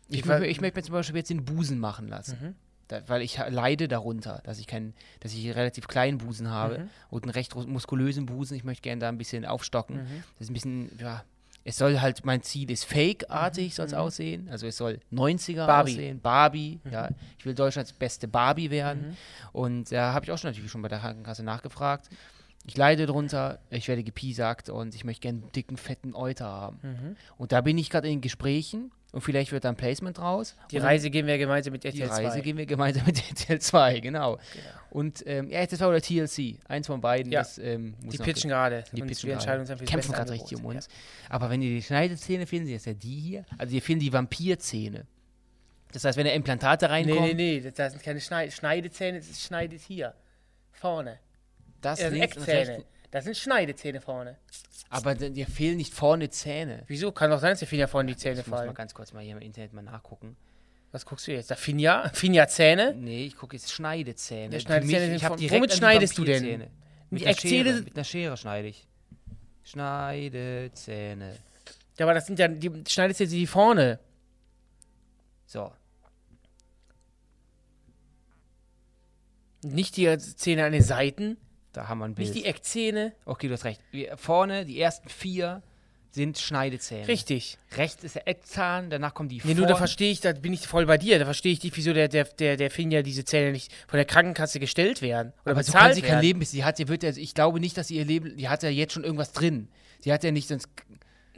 Speaker 3: Ich,
Speaker 2: Ich Mhm.
Speaker 3: möchte
Speaker 2: wa-
Speaker 3: mir- ich möchte mir zum Beispiel jetzt den Busen machen lassen. Da, weil ich ha- leide darunter, dass ich keinen, dass ich einen relativ kleinen Busen habe
Speaker 2: Mhm.
Speaker 3: und einen recht ru- muskulösen Busen. Ich möchte gerne da ein bisschen aufstocken.
Speaker 2: Mhm.
Speaker 3: Das ist ein bisschen, ja, es soll halt, mein Ziel ist fake-artig, soll es aussehen. Also es soll 90er
Speaker 2: Mhm. Barbie.
Speaker 3: aussehen. Barbie,
Speaker 2: Mhm.
Speaker 3: ja. Ich will Deutschlands beste Barbie werden. Und da habe ich auch schon natürlich schon bei der Krankenkasse nachgefragt. Ich leide darunter, ich werde gepiesackt und ich möchte gerne einen dicken, fetten Euter haben.
Speaker 2: Mhm.
Speaker 3: Und da bin ich gerade in Gesprächen und vielleicht wird da ein Placement draus.
Speaker 2: Die
Speaker 3: und
Speaker 2: Reise gehen wir gemeinsam mit
Speaker 3: die
Speaker 2: RTL 2.
Speaker 3: Reise gehen wir gemeinsam mit RTL 2, genau. Und ähm, ja, RTL 2 oder TLC, eins von beiden.
Speaker 2: Ja.
Speaker 3: Das, ähm, muss
Speaker 2: Die
Speaker 3: noch
Speaker 2: pitchen
Speaker 3: gehen.
Speaker 2: gerade.
Speaker 3: Die
Speaker 2: und
Speaker 3: pitchen
Speaker 2: wir
Speaker 3: gerade.
Speaker 2: entscheiden uns dann für
Speaker 3: Die
Speaker 2: das
Speaker 3: kämpfen
Speaker 2: beste
Speaker 3: gerade richtig um
Speaker 2: Angebot.
Speaker 3: uns. Aber wenn dir die Schneidezähne fehlen, sind das ja die hier. Also dir fehlen die Vampirzähne. Das heißt, wenn da Implantate
Speaker 2: Ja. Nee,
Speaker 3: reinkommen,
Speaker 2: nee, nee, das, das sind keine Schneid Schneidezähne, das ist schneidet hier. Vorne.
Speaker 3: das
Speaker 2: Das sind
Speaker 3: links und
Speaker 2: Eckzähne.
Speaker 3: rechts.
Speaker 2: Das sind Schneidezähne vorne.
Speaker 3: Aber d- dir fehlen nicht vorne Zähne.
Speaker 2: Wieso? Kann doch sein, dass der Finja vorne die Zähne
Speaker 3: Ich muss mal
Speaker 2: fallen.
Speaker 3: ganz kurz mal hier im Internet mal nachgucken.
Speaker 2: Was guckst du jetzt? Da Finja? Finja Zähne?
Speaker 3: Nee, ich gucke jetzt Schneidezähne.
Speaker 2: Ja,
Speaker 3: Für
Speaker 2: Schneidezähne
Speaker 3: mich-
Speaker 2: sind
Speaker 3: ich hab
Speaker 2: von-
Speaker 3: direkt
Speaker 2: womit
Speaker 3: an die
Speaker 2: schneidest du denn?
Speaker 3: Vampirzähne.
Speaker 2: Die
Speaker 3: Mit einer,
Speaker 2: Eckzähne
Speaker 3: Schere,
Speaker 2: sind-
Speaker 3: mit einer Schere schneide ich. Schneidezähne.
Speaker 2: Ja, aber das sind ja die Schneidezähne, die vorne.
Speaker 3: So.
Speaker 2: Nicht die Zähne an den Seiten,
Speaker 3: Da haben wir ein Bild.
Speaker 2: nicht die Eckzähne.
Speaker 3: okay, du hast recht. Wir, vorne, die ersten vier sind Schneidezähne.
Speaker 2: Richtig.
Speaker 3: Rechts ist der Eckzahn, danach kommen die
Speaker 2: Nee, nur da verstehe ich, da bin ich voll bei dir. Da verstehe ich nicht, wieso der, der, der, der Finja diese Zähne nicht von der Krankenkasse gestellt werden. Oder
Speaker 3: aber so
Speaker 2: bezahlt
Speaker 3: kann sie kein
Speaker 2: werden.
Speaker 3: Leben bis sie hat, sie wird ja, ich glaube nicht, dass sie ihr Leben, die hat ja jetzt schon irgendwas drin. Sie hat ja nicht sonst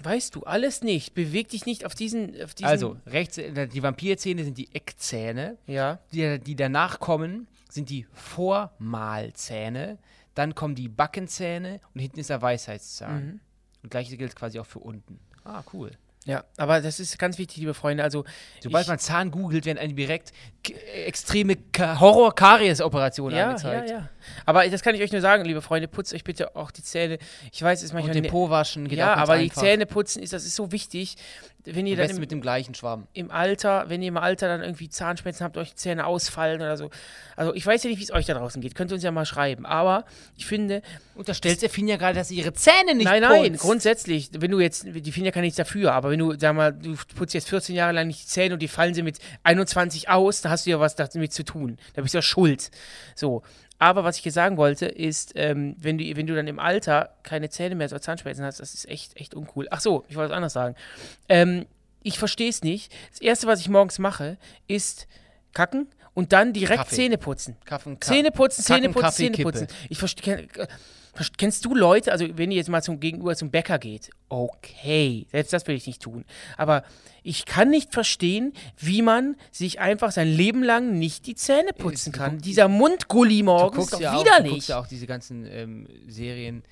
Speaker 2: Weißt du, alles nicht. Beweg dich nicht auf diesen. Auf diesen
Speaker 3: Also, rechts äh, die Vampirzähne sind die Eckzähne,
Speaker 2: Ja.
Speaker 3: die, die danach kommen, sind die Vormalzähne, dann kommen die Backenzähne und hinten ist der Weisheitszahn.
Speaker 2: Mhm.
Speaker 3: Und gleiches gilt quasi auch für unten. Ah, cool.
Speaker 2: Ja, aber das ist ganz wichtig, liebe Freunde. Also,
Speaker 3: Sobald
Speaker 2: ich,
Speaker 3: man Zahn googelt, werden einem direkt k- äh, extreme Ka- Horror-Karies-Operationen
Speaker 2: ja, ja,
Speaker 3: angezeigt.
Speaker 2: ja. Aber das kann ich euch nur sagen, liebe Freunde, putzt euch bitte auch die Zähne. Ich weiß, es ist
Speaker 3: Und
Speaker 2: manchmal ne
Speaker 3: den Po waschen geht
Speaker 2: ja,
Speaker 3: auch ganz
Speaker 2: aber die
Speaker 3: einfach.
Speaker 2: Zähne putzen ist, das ist so wichtig. Wenn ihr
Speaker 3: Am
Speaker 2: dann
Speaker 3: besten
Speaker 2: im,
Speaker 3: mit dem gleichen Schwamm.
Speaker 2: im Alter, wenn ihr im Alter dann irgendwie Zahnschmerzen habt, euch die Zähne ausfallen oder so. Also ich weiß ja nicht, wie es euch da draußen geht. Könnt ihr uns ja mal schreiben. Aber ich finde,
Speaker 3: Unterstellt der Finja gerade, dass sie ihre Zähne nicht
Speaker 2: nein, nein,
Speaker 3: putzt.
Speaker 2: grundsätzlich, wenn du jetzt, die Finja kann nichts dafür, aber wenn du, sag mal, du putzt jetzt 14 Jahre lang nicht die Zähne und die fallen sie mit 21 aus, da hast du ja was damit zu tun. Da bist du ja schuld. So. Aber was ich hier sagen wollte, ist, ähm, wenn, du, wenn du dann im Alter keine Zähne mehr oder Zahnschmerzen hast, das ist echt, echt uncool. Ach so, ich wollte es anders sagen. Ähm, ich verstehe es nicht. Das Erste, was ich morgens mache, ist kacken und dann direkt
Speaker 3: Kaffee.
Speaker 2: Zähne putzen.
Speaker 3: Kaffen, Ka
Speaker 2: Zähne putzen, Zähne
Speaker 3: Kacken,
Speaker 2: putzen,
Speaker 3: Kaffee,
Speaker 2: Zähne putzen. Ich verstehe. Kennst du Leute, also wenn ihr jetzt mal zum Gegenüber zum Bäcker geht, okay, selbst das will ich nicht tun. Aber ich kann nicht verstehen, wie man sich einfach sein Leben lang nicht die Zähne putzen
Speaker 3: Äh, du
Speaker 2: kann.
Speaker 3: guck-
Speaker 2: Dieser Mundgulli
Speaker 3: Du
Speaker 2: morgens ist
Speaker 3: guckst,
Speaker 2: doch
Speaker 3: ja auch, du guckst
Speaker 2: widerlich.
Speaker 3: ja auch diese ganzen ähm, Serien,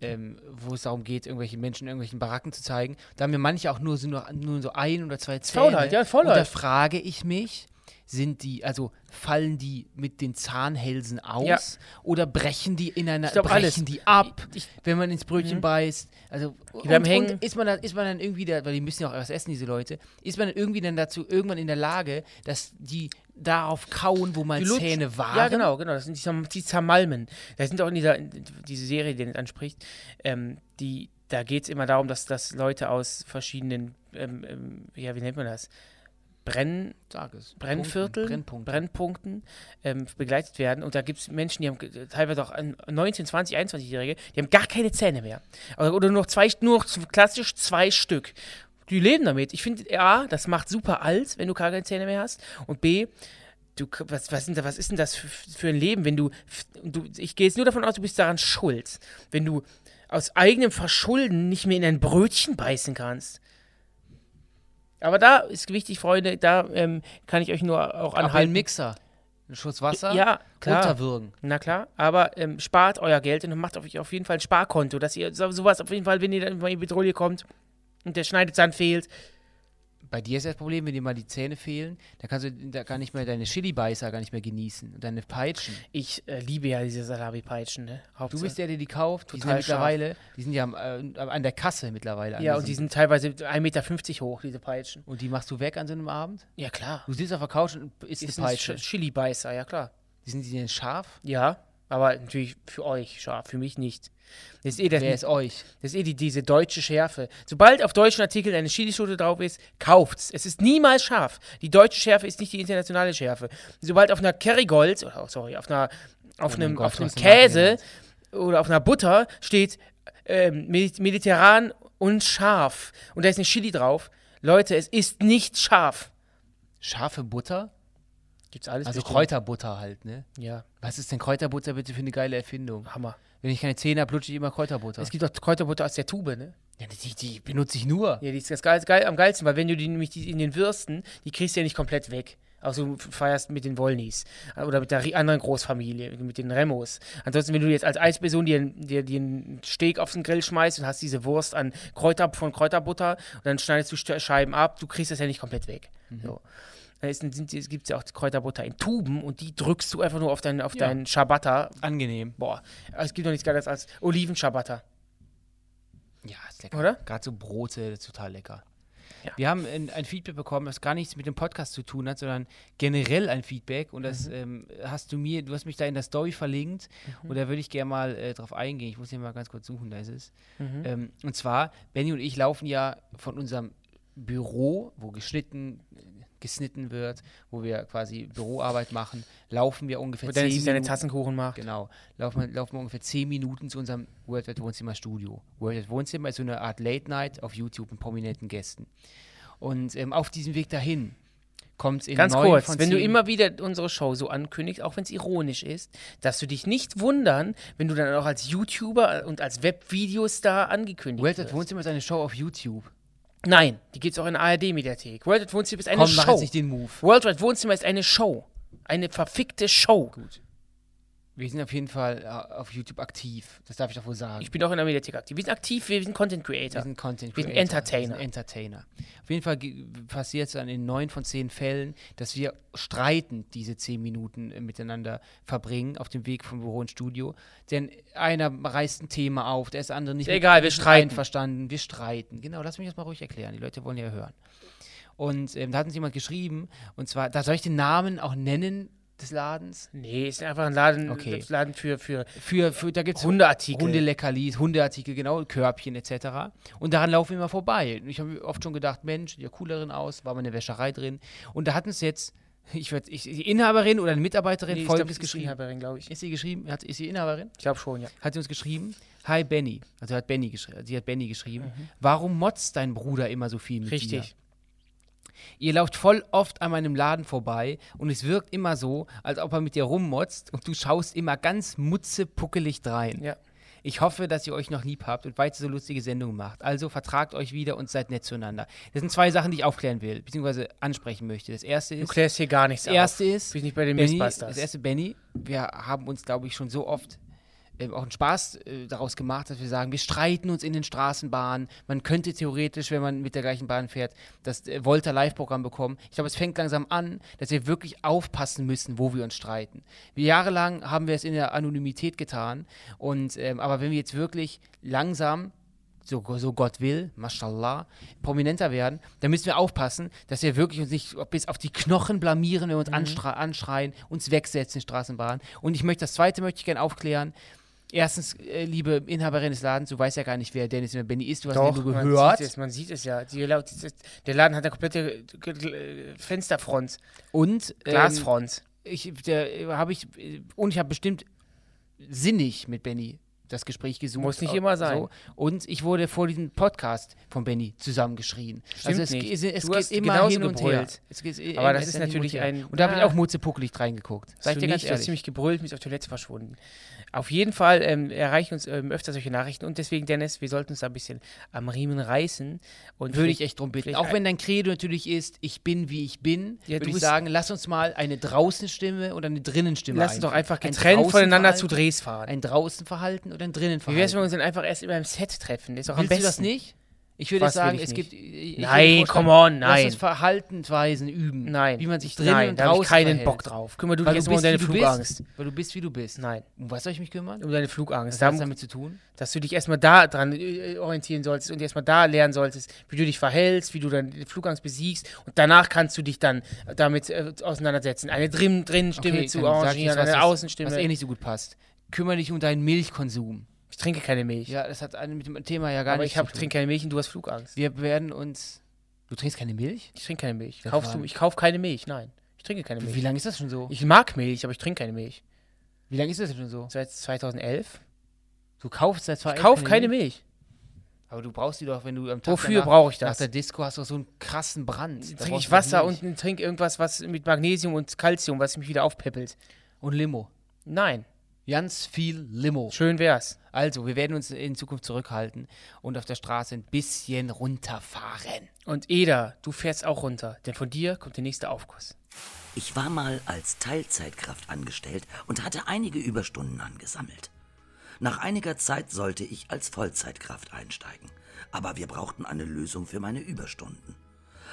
Speaker 3: ähm, wo es darum geht, irgendwelchen Menschen in irgendwelchen Baracken zu zeigen. Da haben ja manche auch nur so, nur, nur so ein oder zwei Zähne.
Speaker 2: Faulheit, halt, ja, Faulheit.
Speaker 3: Und da frage ich mich, sind die, also fallen die mit den Zahnhälsen aus
Speaker 2: Ja.
Speaker 3: oder brechen die ineinander,
Speaker 2: Ich glaub,
Speaker 3: brechen
Speaker 2: alles.
Speaker 3: die ab,
Speaker 2: Ich-
Speaker 3: wenn man ins Brötchen beißt? Also und,
Speaker 2: Mhm. bleiben hängen.
Speaker 3: und ist man dann, ist man dann irgendwie da, weil die müssen ja auch was essen, diese Leute, ist man dann irgendwie dann dazu irgendwann in der Lage, dass die darauf kauen, wo man
Speaker 2: Die lutschen-
Speaker 3: Zähne waren?
Speaker 2: Ja, genau, genau. Das sind die, Zerm- die Zermalmen. Da sind auch in dieser, in diese Serie, die ihr anspricht, ähm, die, da geht es immer darum, dass, dass Leute aus verschiedenen, ähm, ähm, ja, wie nennt man das? Brennen,
Speaker 3: Sag es.
Speaker 2: Brennvierteln,
Speaker 3: Brennpunkt.
Speaker 2: Brennpunkten ähm, begleitet werden. Und da gibt es Menschen, die haben ge- teilweise auch an- 19, 20, 21-Jährige, die haben gar keine Zähne mehr. Oder oder nur noch zwei, nur noch z- klassisch zwei Stück. Die leben damit. Ich finde, A, das macht super alt, wenn du gar keine Zähne mehr hast. Und B, du, k- was, was, sind, da- was ist denn das für, für ein Leben, wenn du, f- du ich gehe jetzt nur davon aus, du bist daran schuld, wenn du aus eigenem Verschulden nicht mehr in ein Brötchen beißen kannst. Aber da ist wichtig, Freunde, da ähm, kann ich euch nur auch
Speaker 3: Ab in den
Speaker 2: anhalten.
Speaker 3: Mixer. Ein Schuss Wasser.
Speaker 2: Ja, klar.
Speaker 3: Unterwürgen.
Speaker 2: Na klar, aber ähm, spart euer Geld und macht auf, auf jeden Fall ein Sparkonto, dass ihr so, sowas auf jeden Fall, wenn ihr dann mal in die Petrouille kommt und der Schneidezahn fehlt.
Speaker 3: Bei dir ist das Problem, wenn dir mal die Zähne fehlen, da kannst du da gar nicht mehr deine Chili-Beißer gar nicht mehr genießen und deine Peitschen.
Speaker 2: Ich äh, liebe ja diese Salami-Peitschen, ne?
Speaker 3: Du
Speaker 2: Hauptsache.
Speaker 3: bist der, der die kauft. die sind ja
Speaker 2: Total scharf.
Speaker 3: mittlerweile, die sind ja am, äh, an der Kasse mittlerweile. an
Speaker 2: ja,
Speaker 3: diesem-
Speaker 2: und die sind teilweise 1,50 Meter hoch, diese Peitschen.
Speaker 3: und die machst du weg an so einem Abend?
Speaker 2: Ja, klar.
Speaker 3: Du sitzt auf der Couch und isst
Speaker 2: Ist
Speaker 3: eine
Speaker 2: ein
Speaker 3: Peitsche.
Speaker 2: Ch- Chili-Beißer, ja klar.
Speaker 3: Die sind die denn scharf?
Speaker 2: Ja, aber natürlich für euch scharf, für mich nicht. Das ist eh, das,
Speaker 3: Wer ist euch?
Speaker 2: das ist eh die, diese deutsche Schärfe. Sobald auf deutschen Artikeln eine Chilischote drauf ist, kauft's. Es ist niemals scharf. Die deutsche Schärfe ist nicht die internationale Schärfe. Sobald auf einer Kerrygold, oder, oh, sorry, auf einer auf einem,
Speaker 3: Oh Gott,
Speaker 2: auf einem
Speaker 3: was eine Marke
Speaker 2: Käse oder auf einer Butter steht ähm, Medi- mediterran und scharf und da ist eine Chili drauf. Leute, es ist nicht scharf.
Speaker 3: Scharfe Butter?
Speaker 2: Gibt's alles
Speaker 3: Also
Speaker 2: bestimmt.
Speaker 3: Kräuterbutter halt, ne?
Speaker 2: Ja,
Speaker 3: Was ist denn Kräuterbutter bitte für eine geile Erfindung?
Speaker 2: Hammer.
Speaker 3: Wenn ich keine Zähne habe, lutsche ich immer Kräuterbutter.
Speaker 2: Es gibt auch Kräuterbutter aus der Tube, ne?
Speaker 3: ja, die, die benutze ich nur.
Speaker 2: Ja, die ist das geil, geil, am geilsten, weil wenn du die nämlich die in den Würsten, die kriegst du ja nicht komplett weg. Also du feierst mit den Wollnis oder mit der ri- anderen Großfamilie, mit den Remos. Ansonsten, wenn du jetzt als Eisperson dir, dir, dir einen Steak auf den Grill schmeißt und hast diese Wurst an Kräuter, von Kräuterbutter und dann schneidest du Ste- Scheiben ab, du kriegst das ja nicht komplett weg.
Speaker 3: Mhm.
Speaker 2: So. Dann ist- sind die- Es gibt ja auch Kräuterbutter in Tuben und die drückst du einfach nur auf deinen, auf
Speaker 3: Ja.
Speaker 2: deinen Ciabatta.
Speaker 3: Angenehm.
Speaker 2: Boah, es gibt doch nichts Geiles als Oliven-Ciabatta,
Speaker 3: Ja, ist lecker.
Speaker 2: Oder?
Speaker 3: Gerade so Brote, das ist total lecker.
Speaker 2: Ja.
Speaker 3: Wir haben ein, ein Feedback bekommen, das gar nichts mit dem Podcast zu tun hat, sondern generell ein Feedback. Und
Speaker 2: Mhm.
Speaker 3: das ähm, hast du mir, du hast mich da in der Story verlinkt. Und da würde ich gerne mal äh, drauf eingehen. Ich muss hier mal ganz kurz suchen, da ist es.
Speaker 2: Mhm.
Speaker 3: Ähm, und zwar, Benny und ich laufen ja von unserem Büro, wo geschnitten, äh, gesnitten wird, wo wir quasi Büroarbeit machen, laufen wir ungefähr
Speaker 2: wo Dennis sich seine
Speaker 3: Minuten.
Speaker 2: Tassenkuchen macht.
Speaker 3: Genau. Laufen, wir- laufen wir ungefähr 10 Minuten zu unserem World at Wohnzimmer Studio. World at Wohnzimmer ist so eine Art Late Night auf YouTube mit prominenten Gästen. Und ähm, auf diesem Weg dahin kommt es in
Speaker 2: Ganz
Speaker 3: neun
Speaker 2: kurz,
Speaker 3: von
Speaker 2: wenn du
Speaker 3: 10
Speaker 2: immer wieder unsere Show so ankündigst, auch wenn es ironisch ist, darfst du dich nicht wundern, wenn du dann auch als YouTuber und als Webvideostar angekündigt
Speaker 3: World at
Speaker 2: wirst.
Speaker 3: Wohnzimmer ist eine Show auf YouTube.
Speaker 2: Nein, die gibt es auch in der ARD-Mediathek. World at Wohnzimmer ist eine
Speaker 3: Komm, mach
Speaker 2: Show.
Speaker 3: jetzt nicht den Move.
Speaker 2: World at Wohnzimmer ist eine Show. Eine verfickte Show.
Speaker 3: Wir sind auf jeden Fall äh, auf YouTube aktiv. Das darf ich doch wohl sagen.
Speaker 2: Ich bin auch in der Mediathek aktiv. Wir sind aktiv, wir sind Content
Speaker 3: Wir
Speaker 2: Creator.
Speaker 3: sind Content
Speaker 2: Wir sind
Speaker 3: Creator.
Speaker 2: Entertainer.
Speaker 3: Wir sind Entertainer. Auf jeden Fall ge- passiert es dann in neun von zehn Fällen, dass wir streitend diese zehn Minuten äh, miteinander verbringen auf dem Weg vom Büro ins Studio. Denn einer reißt ein Thema auf, der ist der andere nicht mit-
Speaker 2: Egal, wir
Speaker 3: nicht
Speaker 2: streiten.
Speaker 3: einverstanden. Wir streiten. Genau, lass mich das mal ruhig erklären. Die Leute wollen ja hören. Und ähm, da hat uns jemand geschrieben, und zwar, da soll ich den Namen auch nennen des Ladens?
Speaker 2: Nee, ist einfach ein Laden,
Speaker 3: Okay.
Speaker 2: Laden für, für
Speaker 3: Für, für da gibt es
Speaker 2: Hundeartikel.
Speaker 3: Hundeleckerlis, Hundeartikel, genau, Körbchen etc. Und daran laufen wir immer vorbei. Und ich habe mir oft schon gedacht, Mensch, sieht ja coolerin aus, war mal eine Wäscherei drin. Und da hat uns jetzt, ich würde, ich, die Inhaberin oder eine Mitarbeiterin
Speaker 2: nee,
Speaker 3: folgendes
Speaker 2: geschrieben.
Speaker 3: geschrieben.
Speaker 2: glaube ich.
Speaker 3: Ist sie geschrieben? Hat, ist sie Inhaberin?
Speaker 2: Ich glaube schon, ja.
Speaker 3: Hat sie uns geschrieben? Hi Benny. Also hat Benny geschrieben. Sie hat Benny geschrieben. Warum motzt dein Bruder immer so viel mit dir?
Speaker 2: Mhm. Richtig.
Speaker 3: Ihr lauft voll oft an meinem Laden vorbei und es wirkt immer so, als ob er mit dir rummotzt und du schaust immer ganz mutzepuckelig drein.
Speaker 2: Ja.
Speaker 3: Ich hoffe, dass ihr euch noch lieb habt und weiter so lustige Sendungen macht. Also vertragt euch wieder und seid nett zueinander. Das sind zwei Sachen, die ich aufklären will, beziehungsweise ansprechen möchte. Das erste
Speaker 2: Du
Speaker 3: ist.
Speaker 2: klärst hier gar nichts
Speaker 3: Das erste
Speaker 2: auf.
Speaker 3: ist.
Speaker 2: Bin ich bei den
Speaker 3: Benny,
Speaker 2: Mythbusters.
Speaker 3: das erste, Benny, wir haben uns, glaube ich, schon so oft ähm, auch einen Spaß äh, daraus gemacht, dass wir sagen, wir streiten uns in den Straßenbahnen. Man könnte theoretisch, wenn man mit der gleichen Bahn fährt, das äh, Volta-Live-Programm bekommen. Ich glaube, es fängt langsam an, dass wir wirklich aufpassen müssen, wo wir uns streiten. Wir jahrelang haben wir es in der Anonymität getan. Und, ähm, aber wenn wir jetzt wirklich langsam so, so Gott will, mashallah, prominenter werden, dann müssen wir aufpassen, dass wir wirklich uns nicht bis auf die Knochen blamieren, wenn wir uns anstra- anschreien, uns wegsetzen in Straßenbahnen. Und ich möchte, das Zweite möchte ich gerne aufklären, Erstens, äh, liebe Inhaberin des Ladens, du weißt ja gar nicht, wer Dennis und Benny ist. Du hast
Speaker 2: Doch,
Speaker 3: ihn nur
Speaker 2: Man
Speaker 3: gehört.
Speaker 2: sieht es, man sieht es ja. Die, La- die- der Laden hat eine komplette äh, Fensterfront,
Speaker 3: Und ähm,
Speaker 2: Glasfront.
Speaker 3: ich, der habe ich äh, und ich habe bestimmt sinnig mit Benny das Gespräch gesucht.
Speaker 2: Muss nicht
Speaker 3: Äh,
Speaker 2: immer sein.
Speaker 3: So. Und ich wurde vor diesem Podcast von Benny zusammengeschrien. Also
Speaker 2: Stimmt
Speaker 3: es,
Speaker 2: nicht.
Speaker 3: es, es
Speaker 2: Du
Speaker 3: geht
Speaker 2: hast
Speaker 3: immer
Speaker 2: genauso
Speaker 3: hin und her.
Speaker 2: gebrüllt.
Speaker 3: Es geht, äh,
Speaker 2: Aber
Speaker 3: äh,
Speaker 2: das
Speaker 3: es
Speaker 2: ist
Speaker 3: geht hin und
Speaker 2: natürlich
Speaker 3: her.
Speaker 2: ein-
Speaker 3: Und da habe ich
Speaker 2: Ah.
Speaker 3: auch mutzepuckelig reingeguckt. Sag ich
Speaker 2: du
Speaker 3: dir ganz
Speaker 2: nicht, du hast
Speaker 3: ehrlich.
Speaker 2: ziemlich gebrüllt, mich auf Toilette verschwunden. Auf jeden Fall ähm, erreichen uns ähm, öfter solche Nachrichten und deswegen, Dennis, wir sollten uns da ein bisschen am Riemen reißen. Und
Speaker 3: Würde ich echt drum bitten.
Speaker 2: Vielleicht
Speaker 3: Auch
Speaker 2: ein-
Speaker 3: wenn dein Credo natürlich ist, ich bin wie ich bin,
Speaker 2: Ja, du
Speaker 3: würde ich
Speaker 2: bist-
Speaker 3: sagen, lass uns mal eine Draußenstimme und eine Drinnenstimme
Speaker 2: Lass uns doch
Speaker 3: einführen.
Speaker 2: einfach
Speaker 3: Ein
Speaker 2: getrennt voneinander zu
Speaker 3: Draußenverhalten-
Speaker 2: Drehs fahren.
Speaker 3: Ein Draußenverhalten und ein
Speaker 2: Wie
Speaker 3: Drinnenverhalten.
Speaker 2: wär's, wenn wir uns dann einfach erst über einem Set treffen? Ist auch am
Speaker 3: Willst
Speaker 2: besten.
Speaker 3: du das nicht? Ich würde
Speaker 2: Was will
Speaker 3: sagen,
Speaker 2: ich
Speaker 3: es
Speaker 2: nicht?
Speaker 3: gibt. ich- ich
Speaker 2: Nein,
Speaker 3: würde vorschlagen,
Speaker 2: come on,
Speaker 3: Lass
Speaker 2: nein.
Speaker 3: uns Verhaltensweisen üben.
Speaker 2: Nein.
Speaker 3: Wie man sich drinnen
Speaker 2: Nein,
Speaker 3: und
Speaker 2: da habe
Speaker 3: draußen
Speaker 2: ich keinen
Speaker 3: verhält.
Speaker 2: Bock drauf. Kümmer du dich
Speaker 3: Weil du,
Speaker 2: erst mal um
Speaker 3: bist,
Speaker 2: deine
Speaker 3: wie du bist,
Speaker 2: Flugangst.
Speaker 3: weil du bist, wie du bist.
Speaker 2: Nein,
Speaker 3: Um was soll ich mich kümmern?
Speaker 2: um deine Flugangst.
Speaker 3: Was hat das
Speaker 2: Da-
Speaker 3: damit zu tun?
Speaker 2: dass du dich erstmal da dran äh, orientieren solltest und erstmal da lernen solltest, wie du dich verhältst, wie du deine Flugangst besiegst und danach kannst du dich dann damit äh, auseinandersetzen. Eine drin drinnen Stimme
Speaker 3: Okay,
Speaker 2: zu
Speaker 3: dann sag
Speaker 2: arrangieren,
Speaker 3: jetzt, was
Speaker 2: eine
Speaker 3: ist-
Speaker 2: Außenstimme.
Speaker 3: Was eh nicht so gut passt. Kümmere dich um deinen Milchkonsum.
Speaker 2: ich trinke keine Milch.
Speaker 3: Ja, das hat einen mit dem Thema ja gar
Speaker 2: aber
Speaker 3: nichts
Speaker 2: ich hab,
Speaker 3: zu tun.
Speaker 2: trinke keine Milch und du hast Flugangst.
Speaker 3: Wir werden uns. Du trinkst keine Milch?
Speaker 2: Ich trinke keine Milch.
Speaker 3: Ja,
Speaker 2: Kaufst du,
Speaker 3: Mann.
Speaker 2: ich kaufe keine Milch, nein. Ich trinke keine
Speaker 3: Wie
Speaker 2: Milch.
Speaker 3: lange ist das schon so?
Speaker 2: Ich mag Milch, aber ich trinke keine Milch.
Speaker 3: Wie lange ist das schon so? Ah,
Speaker 2: Seit 2011.
Speaker 3: Du kaufst seit zwei
Speaker 2: Ich kauf keine Milch.
Speaker 3: Aber du brauchst die doch, wenn du am Tag
Speaker 2: Wofür
Speaker 3: danach-
Speaker 2: brauche ich
Speaker 3: Nach
Speaker 2: das?
Speaker 3: der Disco hast du so einen krassen Brand. Da
Speaker 2: Trinke
Speaker 3: brauchst
Speaker 2: ich
Speaker 3: du
Speaker 2: Wasser
Speaker 3: Milch.
Speaker 2: und trinke irgendwas, was mit Magnesium und Calcium, was mich wieder aufpeppelt.
Speaker 3: und Limo.
Speaker 2: Nein.
Speaker 3: Ganz viel Limo.
Speaker 2: Schön wär's.
Speaker 3: Also, wir werden uns in Zukunft zurückhalten und auf der Straße ein bisschen runterfahren.
Speaker 2: Und Eda, du fährst auch runter, denn von dir kommt der nächste Aufguss.
Speaker 4: Ich war mal als Teilzeitkraft angestellt und hatte einige Überstunden angesammelt. Nach einiger Zeit sollte ich als Vollzeitkraft einsteigen, aber wir brauchten eine Lösung für meine Überstunden.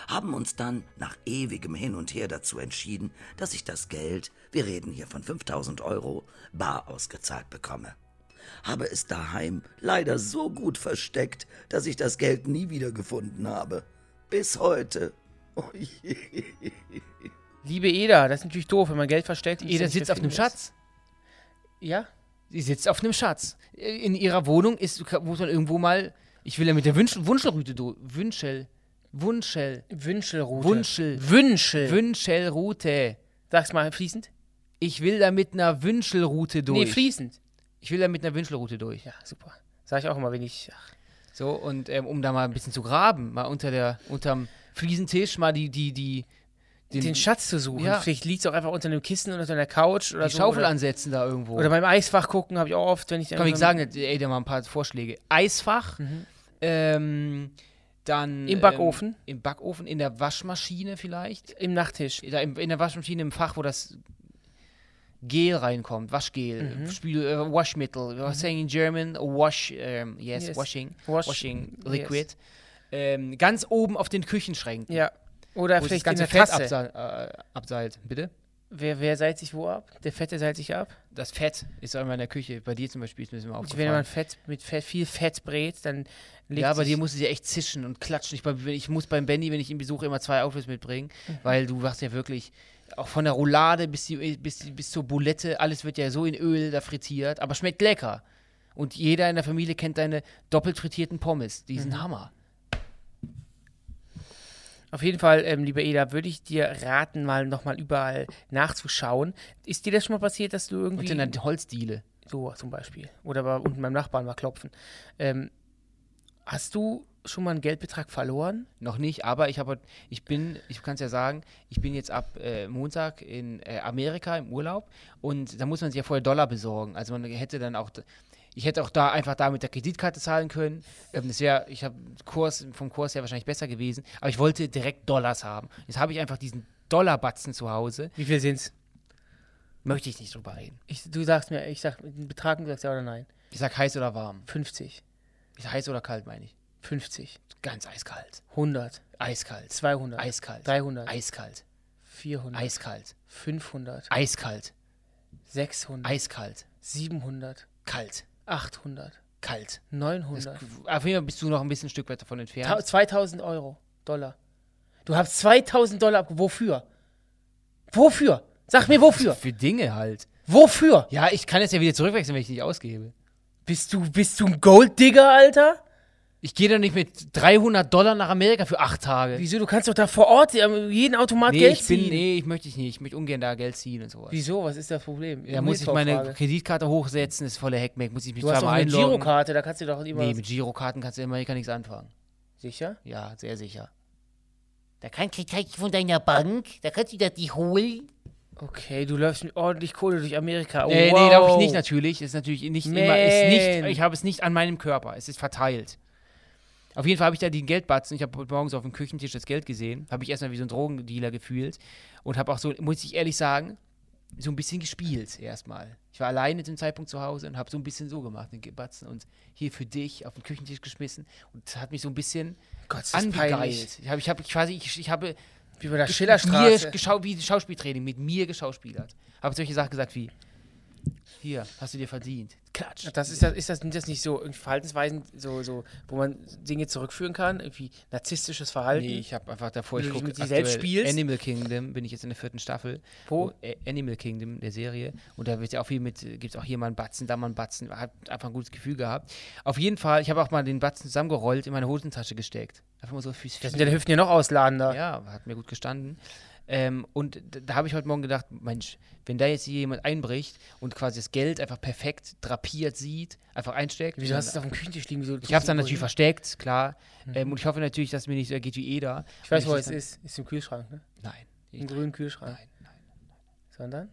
Speaker 4: Haben uns dann nach ewigem Hin und Her dazu entschieden, dass ich das Geld, wir reden hier von 5000 Euro, bar ausgezahlt bekomme. Habe es daheim leider so gut versteckt, dass ich das Geld nie wieder gefunden habe. Bis heute. Oh je.
Speaker 2: Liebe Eda, das ist natürlich doof, wenn man Geld versteckt. und es
Speaker 3: Jeder
Speaker 2: nicht
Speaker 3: sitzt auf einem
Speaker 2: befindet.
Speaker 3: Schatz.
Speaker 2: Ja?
Speaker 3: Sie sitzt auf einem Schatz. In ihrer Wohnung ist, muss man irgendwo mal. Ich will ja mit der Wünsch, Wunschelrute durch. Wünschel. Wunschel.
Speaker 2: Wünschelrute.
Speaker 3: Wunschel.
Speaker 2: Wünschel.
Speaker 3: Wünschelrute.
Speaker 2: Sag's mal fließend.
Speaker 3: Ich will da mit einer Wünschelrute durch.
Speaker 2: Nee, fließend.
Speaker 3: ich will da mit einer Wünschelrute durch.
Speaker 2: Ja, super. Sag ich auch immer, wenn ich. Ach,
Speaker 3: So, und ähm, um da mal ein bisschen zu graben, mal unter der, unterm Fliesentisch, mal die, die, die,
Speaker 2: den, Schatz zu suchen.
Speaker 3: Ja.
Speaker 2: Vielleicht liegt's auch einfach unter einem Kissen oder unter einer Couch oder
Speaker 3: die
Speaker 2: so.
Speaker 3: Schaufel
Speaker 2: oder,
Speaker 3: ansetzen da irgendwo.
Speaker 2: Oder beim Eisfach gucken, habe ich auch oft, wenn ich.
Speaker 3: Kann ich sagen, ey, da mal ein paar Vorschläge. Eisfach, ähm, dann.
Speaker 2: Im Backofen?
Speaker 3: Ähm, Mhm. Im Backofen, in der Waschmaschine vielleicht.
Speaker 2: Im Nachttisch.
Speaker 3: Da in, in der Waschmaschine im Fach, wo das Gel reinkommt, Waschgel,
Speaker 2: Mhm.
Speaker 3: Spül, äh, Waschmittel. Wir sagen in German, wash, ähm, yes,
Speaker 2: Yes.
Speaker 3: washing,
Speaker 2: Wash-
Speaker 3: washing
Speaker 2: yes.
Speaker 3: liquid. Ähm, ganz oben auf den Küchenschränken.
Speaker 2: Ja. Oder
Speaker 3: Wo sich
Speaker 2: vielleicht
Speaker 3: das ganze
Speaker 2: in der
Speaker 3: Fett
Speaker 2: Tasse.
Speaker 3: absei- äh, abseilt. Bitte?
Speaker 2: Wer, wer seilt sich wo ab? Der Fette seilt sich ab.
Speaker 3: Das Fett ist auch immer in der Küche. Bei dir zum Beispiel ist mir das immer
Speaker 2: Und
Speaker 3: aufgefallen.
Speaker 2: Wenn man Fett mit Fett, viel Fett brät, dann legt
Speaker 3: Ja, bei
Speaker 2: sich
Speaker 3: dir muss es ja echt zischen und klatschen. Ich, bei- ich muss beim Benny, wenn ich ihn besuche, immer zwei Outfits mitbringen,
Speaker 2: Mhm.
Speaker 3: weil du machst ja wirklich auch von der Roulade bis, die, bis, die- bis zur Boulette, alles wird ja so in Öl da frittiert, aber schmeckt lecker. Und jeder in der Familie kennt deine doppelt frittierten Pommes. Die
Speaker 2: Mhm.
Speaker 3: sind Hammer.
Speaker 2: Auf jeden Fall, ähm, liebe Eda, würde ich dir raten, mal nochmal überall nachzuschauen. Ist dir das schon mal passiert, dass du irgendwie.
Speaker 3: Und in der Holzdiele.
Speaker 2: so zum Beispiel. Oder bei unten beim Nachbarn mal klopfen. Ähm, hast du schon mal einen Geldbetrag verloren?
Speaker 3: Noch nicht, aber ich habe, ich bin, ich kann es ja sagen, ich bin jetzt ab äh, Montag in äh, Amerika im Urlaub und da muss man sich ja vorher Dollar besorgen. Also man hätte dann auch, ich hätte auch da einfach da mit der Kreditkarte zahlen können. Ähm, das wäre, ich habe Kurs vom Kurs her wahrscheinlich besser gewesen, aber ich wollte direkt Dollars haben. Jetzt habe ich einfach diesen Dollarbatzen zu Hause.
Speaker 2: Wie viel sind's?
Speaker 3: Möchte ich nicht drüber reden.
Speaker 2: Ich, du sagst mir, ich sag einen Betrag und du sagst ja oder nein.
Speaker 3: Ich sag heiß oder warm.
Speaker 2: 50,
Speaker 3: Ich sag heiß oder kalt meine ich.
Speaker 2: 50,
Speaker 3: Ganz eiskalt.
Speaker 2: 100,
Speaker 3: Eiskalt.
Speaker 2: 200,
Speaker 3: Eiskalt.
Speaker 2: 300,
Speaker 3: Eiskalt.
Speaker 2: 400,
Speaker 3: Eiskalt.
Speaker 2: 500,
Speaker 3: Eiskalt.
Speaker 2: 600,
Speaker 3: Eiskalt.
Speaker 2: 700,
Speaker 3: Kalt.
Speaker 2: 800,
Speaker 3: Kalt.
Speaker 2: 900,
Speaker 3: Auf jeden Fall bist du noch ein bisschen ein Stück weit davon
Speaker 2: Ta-
Speaker 3: entfernt.
Speaker 2: 2000 Euro, Dollar. Du hast 2000 Dollar abge... Wofür? Wofür? Sag mir wofür.
Speaker 3: Für Dinge halt.
Speaker 2: Wofür?
Speaker 3: Ja, ich kann es ja wieder zurückwechseln, wenn ich nicht ausgebe.
Speaker 2: Bist du, bist du ein Golddigger, Alter?
Speaker 3: Ich gehe doch nicht mit 300 Dollar nach Amerika für acht Tage.
Speaker 2: Wieso? Du kannst doch da vor Ort ähm, jeden Automat
Speaker 3: Nee,
Speaker 2: Geld
Speaker 3: ich
Speaker 2: ziehen.
Speaker 3: bin, nee, ich möchte ich nicht. Ich möchte ungern da Geld ziehen und sowas.
Speaker 2: Wieso? Was ist das Problem?
Speaker 3: Da muss ich meine
Speaker 2: Frage.
Speaker 3: Kreditkarte hochsetzen, ist voller Heckmeck, muss ich mich
Speaker 2: Du hast doch
Speaker 3: zweimal
Speaker 2: eine
Speaker 3: einloggen.
Speaker 2: Girokarte, da kannst du doch immer.
Speaker 3: Nee, mit Girokarten kannst du in Amerika nichts anfangen.
Speaker 2: Sicher?
Speaker 3: Ja, sehr sicher.
Speaker 5: Da kann, kriegst halt von deiner Bank, da kannst du das nicht holen.
Speaker 2: Okay, du läufst mit ordentlich Kohle durch Amerika. Oh,
Speaker 3: Äh,
Speaker 2: wow.
Speaker 3: Nee, glaube ich nicht natürlich. Ist natürlich nicht immer, ist nicht,
Speaker 2: Man.
Speaker 3: ich habe es nicht an meinem Körper. Es ist verteilt. Auf jeden Fall habe ich da den Geldbatzen. Ich habe heute morgens auf dem Küchentisch das Geld gesehen. Habe ich erstmal wie so ein Drogendealer gefühlt. Und habe auch so, muss ich ehrlich sagen, so ein bisschen gespielt erstmal. Ich war alleine zum Zeitpunkt zu Hause und habe so ein bisschen so gemacht, den Geldbatzen. Und hier für dich auf den Küchentisch geschmissen. Und das hat mich so ein bisschen
Speaker 2: Gott, ist das peinlich.
Speaker 3: angegeilt. Ich habe ich hab quasi, ich, ich habe
Speaker 2: Wie bei der
Speaker 3: mir
Speaker 2: Schillerstraße.
Speaker 3: geschau wie Schauspieltraining mit mir geschauspielert. Habe solche Sachen gesagt wie: Hier, hast du dir verdient. Klatsch.
Speaker 2: Das ist, das, ist das, sind das nicht so irgendwie Verhaltensweisen, so, so, wo man Dinge zurückführen kann? Irgendwie narzisstisches Verhalten?
Speaker 3: Nee, ich habe einfach davor,
Speaker 2: Wenn
Speaker 3: ich
Speaker 2: du dich
Speaker 3: gucke
Speaker 2: mit dir selbst spielst?
Speaker 3: Animal Kingdom, bin ich jetzt in der vierten Staffel.
Speaker 2: Wo?
Speaker 3: Ä- Animal Kingdom, der Serie. Und da wird ja auch viel mit, gibt es auch hier mal einen Batzen, da mal einen Batzen. Hat einfach ein gutes Gefühl gehabt. Auf jeden Fall, ich habe auch mal den Batzen zusammengerollt, in meine Hosentasche gesteckt. Einfach mal so fürs
Speaker 2: Das sind deine Hüften ja noch ausladender.
Speaker 3: Ja, hat mir gut gestanden. Ähm, und d- da habe ich heute Morgen gedacht, Mensch, wenn da jetzt hier jemand einbricht und quasi das Geld einfach perfekt drapiert sieht, einfach einsteckt.
Speaker 2: Wieso hast du es
Speaker 3: dann-
Speaker 2: auf dem Küchentisch liegen? Wieso
Speaker 3: ich habe es dann natürlich versteckt, klar. Ähm, und ich hoffe natürlich, dass es mir nicht so ergeht wie Eda.
Speaker 2: Ich weiß,
Speaker 3: Wenn
Speaker 2: wo
Speaker 3: das
Speaker 2: es ist. Ist im Kühlschrank, ne?
Speaker 3: dann- Nein.
Speaker 2: Im
Speaker 3: Ich,
Speaker 2: grünen Kühlschrank.
Speaker 3: nein, nein.
Speaker 2: Sondern?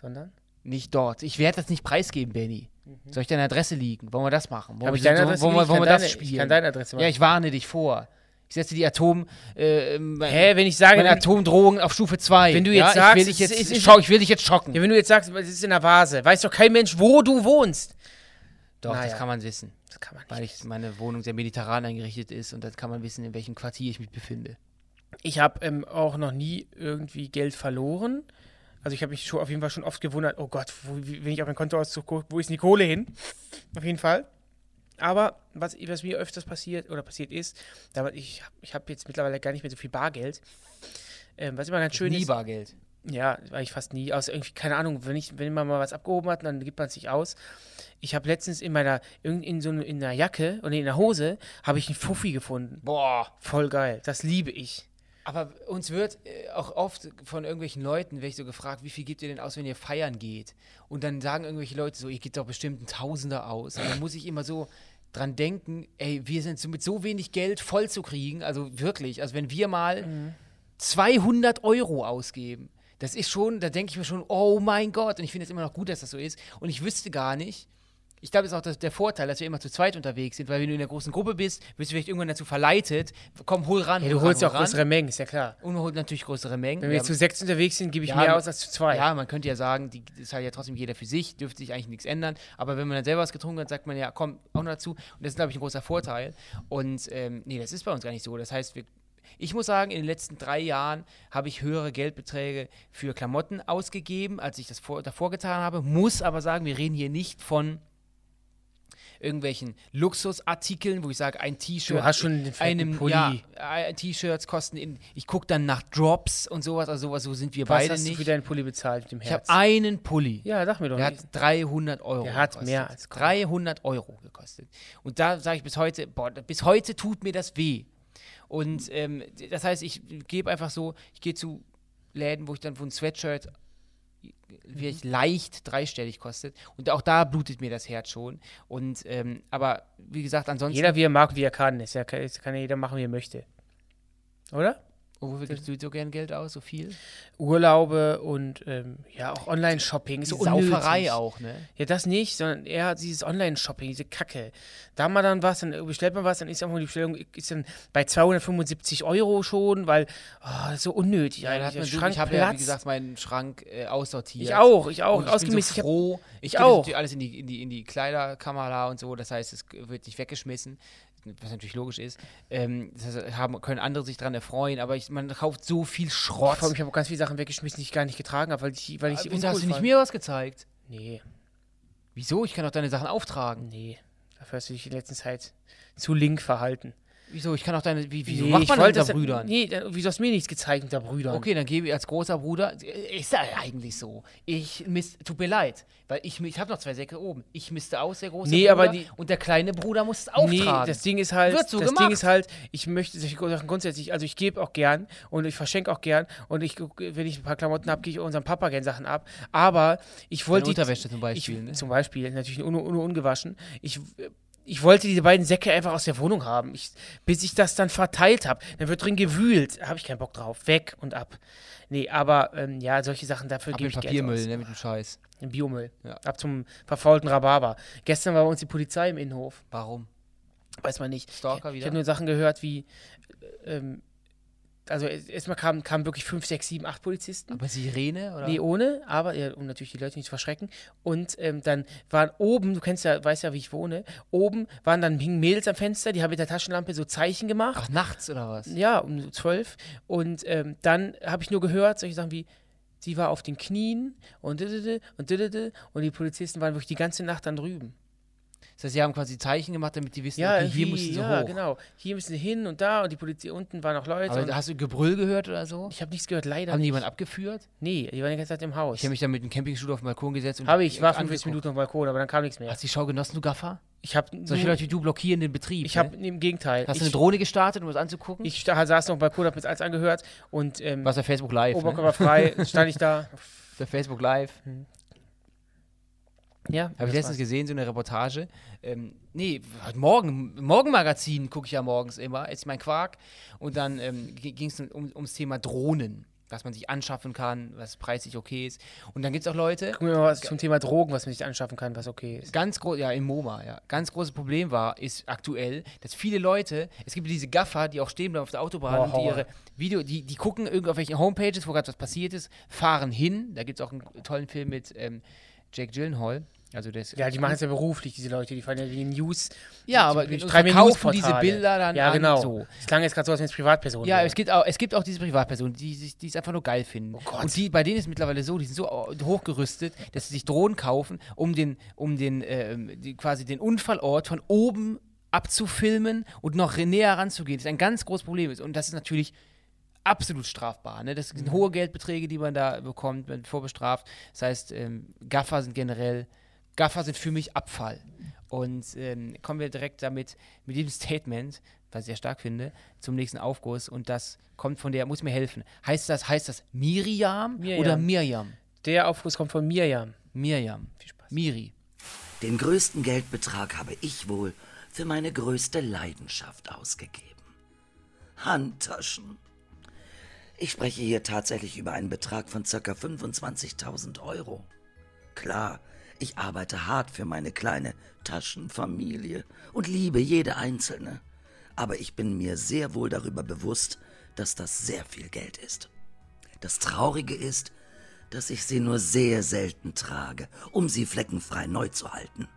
Speaker 2: Sondern?
Speaker 3: Nicht dort. Ich werde das nicht preisgeben, Benny. Soll ich deine Adresse liegen? Wollen wir das machen? Wollen
Speaker 2: Mhm. Hab
Speaker 3: wir,
Speaker 2: ich deine
Speaker 3: so-
Speaker 2: Adresse
Speaker 3: wollen wir,
Speaker 2: liegen? Ich
Speaker 3: wollen wir
Speaker 2: kann
Speaker 3: das
Speaker 2: deine-
Speaker 3: spielen?
Speaker 2: ich kann deine Adresse
Speaker 3: Ja,
Speaker 2: machen.
Speaker 3: ich warne dich vor. Ich setze die Atom. Äh, ähm,
Speaker 2: Hä, wenn ich sage,
Speaker 3: meine
Speaker 2: wenn-
Speaker 3: Atomdrohungen auf Stufe 2.
Speaker 2: Wenn du jetzt
Speaker 3: ja,
Speaker 2: sagst,
Speaker 3: ich will dich
Speaker 2: es
Speaker 3: jetzt,
Speaker 2: ist- ist-
Speaker 3: schau, ich will dich jetzt schocken.
Speaker 2: Ja, wenn du jetzt sagst, es ist in der Vase, weiß doch kein Mensch, wo du wohnst.
Speaker 3: Doch,
Speaker 2: Naja.
Speaker 3: das kann man wissen,
Speaker 2: Das kann man
Speaker 3: weil
Speaker 2: nicht.
Speaker 3: ich meine Wohnung sehr mediterran eingerichtet ist und dann kann man wissen, in welchem Quartier ich mich befinde.
Speaker 2: Ich habe ähm, auch noch nie irgendwie Geld verloren. Also ich habe mich schon, auf jeden Fall schon oft gewundert, oh Gott, wo, wie- wenn ich auf mein Konto gucke, wo ist denn die Kohle hin? Auf jeden Fall. Aber was, was mir öfters passiert oder passiert ist, da, ich, hab- ich habe jetzt mittlerweile gar nicht mehr so viel Bargeld. Ähm, was immer ganz schön
Speaker 3: Nie
Speaker 2: ist.
Speaker 3: Bargeld.
Speaker 2: Ja, eigentlich fast nie. Aus irgendwie, keine Ahnung, wenn, ich, wenn man mal was abgehoben hat, dann gibt man es nicht aus. Ich habe letztens in meiner, in, in so einer- in einer Jacke oder in einer Hose, habe ich einen Fuffi gefunden.
Speaker 3: Boah.
Speaker 2: Voll geil. Das liebe ich.
Speaker 3: Aber uns wird äh, auch oft von irgendwelchen Leuten, werde ich so gefragt, wie viel gebt ihr denn aus, wenn ihr feiern geht? Und dann sagen irgendwelche Leute so, ihr gebt doch bestimmt einen Tausender aus. Und dann muss ich immer so dran denken, ey, wir sind so mit so wenig Geld voll zu kriegen, also wirklich, also wenn wir mal 200 Euro ausgeben. Das ist schon, da denke ich mir schon, oh mein Gott. Und ich finde es immer noch gut, dass das so ist. Und ich wüsste gar nicht, ich glaube, das ist auch das, der Vorteil, dass wir immer zu zweit unterwegs sind, weil wenn du in der großen Gruppe bist, wirst du vielleicht irgendwann dazu verleitet, komm, hol ran.
Speaker 2: Ja,
Speaker 3: hol
Speaker 2: du
Speaker 3: ran,
Speaker 2: holst ja auch
Speaker 3: hol ran.
Speaker 2: größere Mengen, ist ja klar.
Speaker 3: Und man holt natürlich größere Mengen.
Speaker 2: Wenn wir jetzt zu sechs unterwegs sind, gebe ich
Speaker 3: Ja,
Speaker 2: mehr
Speaker 3: aber-
Speaker 2: aus als zu zwei.
Speaker 3: ja, man könnte ja sagen, die ist halt ja trotzdem jeder für sich, dürfte sich eigentlich nichts ändern. Aber wenn man dann selber was getrunken hat, sagt man ja, komm, auch noch dazu. Und das ist, glaube ich, ein großer Vorteil. Und ähm, nee, das ist bei uns gar nicht so. Das heißt, wir, ich muss sagen, in den letzten drei Jahren habe ich höhere Geldbeträge für Klamotten ausgegeben, als ich das vor, davor getan habe. Muss aber sagen, wir reden hier nicht von irgendwelchen Luxusartikeln, wo ich sage, ein T-Shirt,
Speaker 2: Du hast schon den fetten
Speaker 3: einem
Speaker 2: Pulli.
Speaker 3: Ja, ein T-Shirts kosten, in, ich gucke dann nach Drops und sowas, also sowas, so sind wir
Speaker 2: Was
Speaker 3: beide
Speaker 2: hast
Speaker 3: nicht.
Speaker 2: du für deinen Pulli bezahlt mit dem
Speaker 3: Ich habe
Speaker 2: Herz?
Speaker 3: einen Pulli.
Speaker 2: ja, sag mir doch.
Speaker 3: Der hat
Speaker 2: nicht.
Speaker 3: 300 Euro.
Speaker 2: Der hat mehr als komm.
Speaker 3: 300 Euro gekostet. Und da sage ich bis heute, boah, da- bis heute tut mir das weh. Und ähm, das heißt, ich gebe einfach so, ich gehe zu Läden, wo ich dann wo ein Sweatshirt
Speaker 2: Mhm.
Speaker 3: vielleicht leicht dreistellig kostet. Und auch da blutet mir das Herz schon. Und ähm, aber wie gesagt, ansonsten.
Speaker 2: Jeder wie er mag, wie er kann. Ist ja, kann kann ja jeder machen, wie er möchte. Oder?
Speaker 3: oh, wofür gibst du so gern Geld aus? So viel?
Speaker 2: Urlaube und ähm, ja, auch Online-Shopping.
Speaker 3: Die
Speaker 2: So unnötig.
Speaker 3: Sauferei auch, ne?
Speaker 2: Ja, das nicht, sondern eher dieses Online-Shopping, diese Kacke. Da mal dann was, dann bestellt man was, dann ist einfach die Bestellung ist dann bei 275 Euro schon, weil oh, das ist so unnötig
Speaker 3: Ja, da hat
Speaker 2: eigentlich. Der
Speaker 3: man so, ich habe
Speaker 2: Schrank
Speaker 3: ja, wie
Speaker 2: platzt.
Speaker 3: gesagt, meinen Schrank äh, aussortiert.
Speaker 2: ich auch, ich auch.
Speaker 3: Und ich bin
Speaker 2: Ausgemistet.
Speaker 3: so froh.
Speaker 2: Ich
Speaker 3: Ich, tue das
Speaker 2: auch.
Speaker 3: natürlich alles in die, in, die, in die Kleiderkammer da und so. Das heißt, es wird nicht weggeschmissen, was natürlich logisch ist. Ähm, das heißt, haben, können andere sich daran erfreuen, aber ich, man kauft so viel Schrott. Äh,
Speaker 2: Vor allem, ich habe auch ganz viele Sachen weggeschmissen, die ich gar nicht getragen habe, weil ich, weil ich sie
Speaker 3: Ah, Wieso
Speaker 2: uncool
Speaker 3: hast du nicht
Speaker 2: fand.
Speaker 3: mir was gezeigt?
Speaker 2: Nee,
Speaker 3: Wieso? Ich kann doch deine Sachen auftragen.
Speaker 2: nee. Dafür hast du dich in letzter Zeit zu link verhalten.
Speaker 3: Wieso? Ich kann auch deine. Wie, wieso
Speaker 2: Nee,
Speaker 3: macht
Speaker 2: ich
Speaker 3: man das
Speaker 2: wollte
Speaker 3: unter
Speaker 2: das-
Speaker 3: Brüdern?
Speaker 2: Nee, da- wieso hast du mir nichts gezeigt unter Brüdern?
Speaker 3: Okay, dann gebe ich als großer Bruder. Äh, Ist ja eigentlich so. Ich miss, tut mir leid, weil ich, mi- ich habe noch zwei Säcke oben. Ich misste aus, der große
Speaker 2: Nee,
Speaker 3: Bruder.
Speaker 2: aber die-
Speaker 3: und der kleine Bruder muss es auftragen.
Speaker 2: Nee, das Ding ist halt,
Speaker 3: Wird so
Speaker 2: das
Speaker 3: gemacht.
Speaker 2: Ding ist halt, ich möchte solche Sachen grundsätzlich, also ich gebe auch gern und ich verschenke auch gern und ich, guck, wenn ich ein paar Klamotten habe, gehe ich unserem Papa gern Sachen ab. Aber ich wollte. die-
Speaker 3: Unterwäsche zum Beispiel,
Speaker 2: Ich,
Speaker 3: ne?
Speaker 2: Zum Beispiel, natürlich nur, nur ungewaschen. Ich. Ich wollte diese beiden Säcke einfach aus der Wohnung haben, ich, bis ich das dann verteilt habe. Dann wird drin gewühlt, habe ich keinen Bock drauf. Weg und ab. Nee, aber ähm, ja, solche Sachen, dafür
Speaker 3: Ab
Speaker 2: gebe
Speaker 3: mit
Speaker 2: ich Geld aus.
Speaker 3: Papiermüll, ne, mit dem Scheiß.
Speaker 2: Im Biomüll.
Speaker 3: Ja.
Speaker 2: Ab zum verfaulten Rhabarber. Gestern war bei uns die Polizei im Innenhof.
Speaker 3: Warum?
Speaker 2: Weiß man nicht.
Speaker 3: Stalker
Speaker 2: Ich
Speaker 3: wieder?
Speaker 2: habe nur Sachen gehört wie, äh, ähm, also e- erstmal kamen kam wirklich 5, 6, 7, 8 Polizisten.
Speaker 3: Aber Sirene? Oder?
Speaker 2: Hm. Nee, ohne, aber ja, um natürlich die Leute nicht zu verschrecken. Und ähm, dann waren oben, du kennst ja, weißt ja, wie ich wohne, oben waren dann hingen Mädels am Fenster, die haben mit der Taschenlampe so Zeichen gemacht.
Speaker 3: Ach, nachts oder was?
Speaker 2: Ja, um so zwölf. Und ähm, dann habe ich nur gehört, solche Sachen wie, sie war auf den Knien und dödödö und dödödö. und die Polizisten waren wirklich die ganze Nacht dann drüben.
Speaker 3: Das heißt, sie haben quasi Zeichen gemacht, damit die wissen,
Speaker 2: Ja,
Speaker 3: okay, hier
Speaker 2: irgendwie,
Speaker 3: müssen sie
Speaker 2: ja
Speaker 3: hoch.
Speaker 2: genau. Hier müssen sie hin und da und die Polizei unten waren auch Leute.
Speaker 3: Aber
Speaker 2: und
Speaker 3: hast du Gebrüll gehört oder so?
Speaker 2: Ich habe nichts gehört, leider.
Speaker 3: haben die
Speaker 2: nicht.
Speaker 3: jemanden abgeführt?
Speaker 2: Nee, die waren die ganze Zeit im Haus.
Speaker 3: Ich habe mich dann mit dem Campingstuhl auf den Balkon gesetzt und.
Speaker 2: Habe ich, war
Speaker 3: und
Speaker 2: 45
Speaker 3: angeguckt.
Speaker 2: Minuten auf dem Balkon, aber dann kam nichts mehr.
Speaker 3: Hast du die Schau genossen, du Gaffer?
Speaker 2: Ich habe
Speaker 3: Solche Leute wie du blockieren den Betrieb.
Speaker 2: ich habe
Speaker 3: ne?
Speaker 2: im Gegenteil.
Speaker 3: Hast du eine
Speaker 2: ich,
Speaker 3: Drohne gestartet, um es anzugucken?
Speaker 2: ich sta- saß noch auf dem Balkon, habe mir das alles angehört und ähm,
Speaker 3: Warst bei Facebook Live. Ne?
Speaker 2: oberkörperfrei stand ich da.
Speaker 3: Bei Facebook Live.
Speaker 2: Ja,
Speaker 3: Habe ich
Speaker 2: das
Speaker 3: letztens gesehen, so eine Reportage. Ähm, nee, heute morgen, Morgenmagazin gucke ich ja morgens immer, esse ich mein Quark. Und dann ähm, ging es um, ums Thema Drohnen, was man sich anschaffen kann, was preislich okay ist. Und dann gibt es auch Leute,
Speaker 2: Gucken wir mal was zum Thema Drogen, was man sich anschaffen kann, was okay ist.
Speaker 3: ganz groß, ja, im MoMA, ja. Ganz großes Problem war, ist aktuell, dass viele Leute, es gibt diese Gaffer, die auch stehen bleiben auf der Autobahn
Speaker 2: Boah,
Speaker 3: und die
Speaker 2: Horror.
Speaker 3: ihre Video, die, die gucken irgend- auf welchen Homepages, wo gerade was passiert ist, fahren hin. Da gibt es auch einen tollen Film mit ähm, Jake Gyllenhaal. Also der ist
Speaker 2: Ja, die machen es ja beruflich, diese Leute, die fahren ja die News.
Speaker 3: Ja,
Speaker 2: die-
Speaker 3: aber
Speaker 2: die
Speaker 3: und
Speaker 2: drei
Speaker 3: verkaufen diese
Speaker 2: News-Portale.
Speaker 3: Bilder dann
Speaker 2: Ja,
Speaker 3: an,
Speaker 2: genau.
Speaker 3: so.
Speaker 2: Das klang jetzt gerade so, als wenn es Privatpersonen
Speaker 3: Ja,
Speaker 2: wären.
Speaker 3: es gibt, auch, es gibt auch diese Privatpersonen, die, sich- die es einfach nur geil finden.
Speaker 2: Gott.
Speaker 3: Und die, bei denen ist mittlerweile so, die sind so au- hochgerüstet, dass sie sich Drohnen kaufen, um den, um den ähm, die, quasi den Unfallort von oben abzufilmen und noch näher ranzugehen. Das ist ein ganz großes Problem. ist. Und das ist natürlich absolut strafbar. Ne? Das sind
Speaker 2: Mhm.
Speaker 3: hohe Geldbeträge, die man da bekommt, man wird vorbestraft. Das heißt, ähm, Gaffer sind generell, Gaffer sind für mich Abfall. Und ähm, kommen wir direkt damit, mit diesem Statement, was ich sehr stark finde, zum nächsten Aufguss. Und das kommt von der, muss mir helfen. Heißt das, heißt das Miriam,
Speaker 2: Miriam.
Speaker 3: oder Mirjam?
Speaker 2: Der Aufruf kommt von Mirjam.
Speaker 3: Mirjam.
Speaker 2: Viel Spaß.
Speaker 3: Miri.
Speaker 4: Den größten Geldbetrag habe ich wohl für meine größte Leidenschaft ausgegeben. Handtaschen. Ich spreche hier tatsächlich über einen Betrag von ca. 25.000 Euro. Klar, ich arbeite hart für meine kleine Taschenfamilie und liebe jede einzelne. Aber ich bin mir sehr wohl darüber bewusst, dass das sehr viel Geld ist. Das Traurige ist, dass ich sie nur sehr selten trage, um sie fleckenfrei neu zu halten.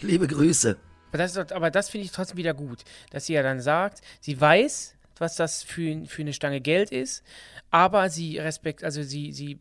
Speaker 4: Liebe Grüße.
Speaker 2: Aber das, ist doch- aber das finde ich trotzdem wieder gut, dass sie ja dann sagt, sie weiß, was das für, für eine Stange Geld ist, aber sie respekt, also sie, sie,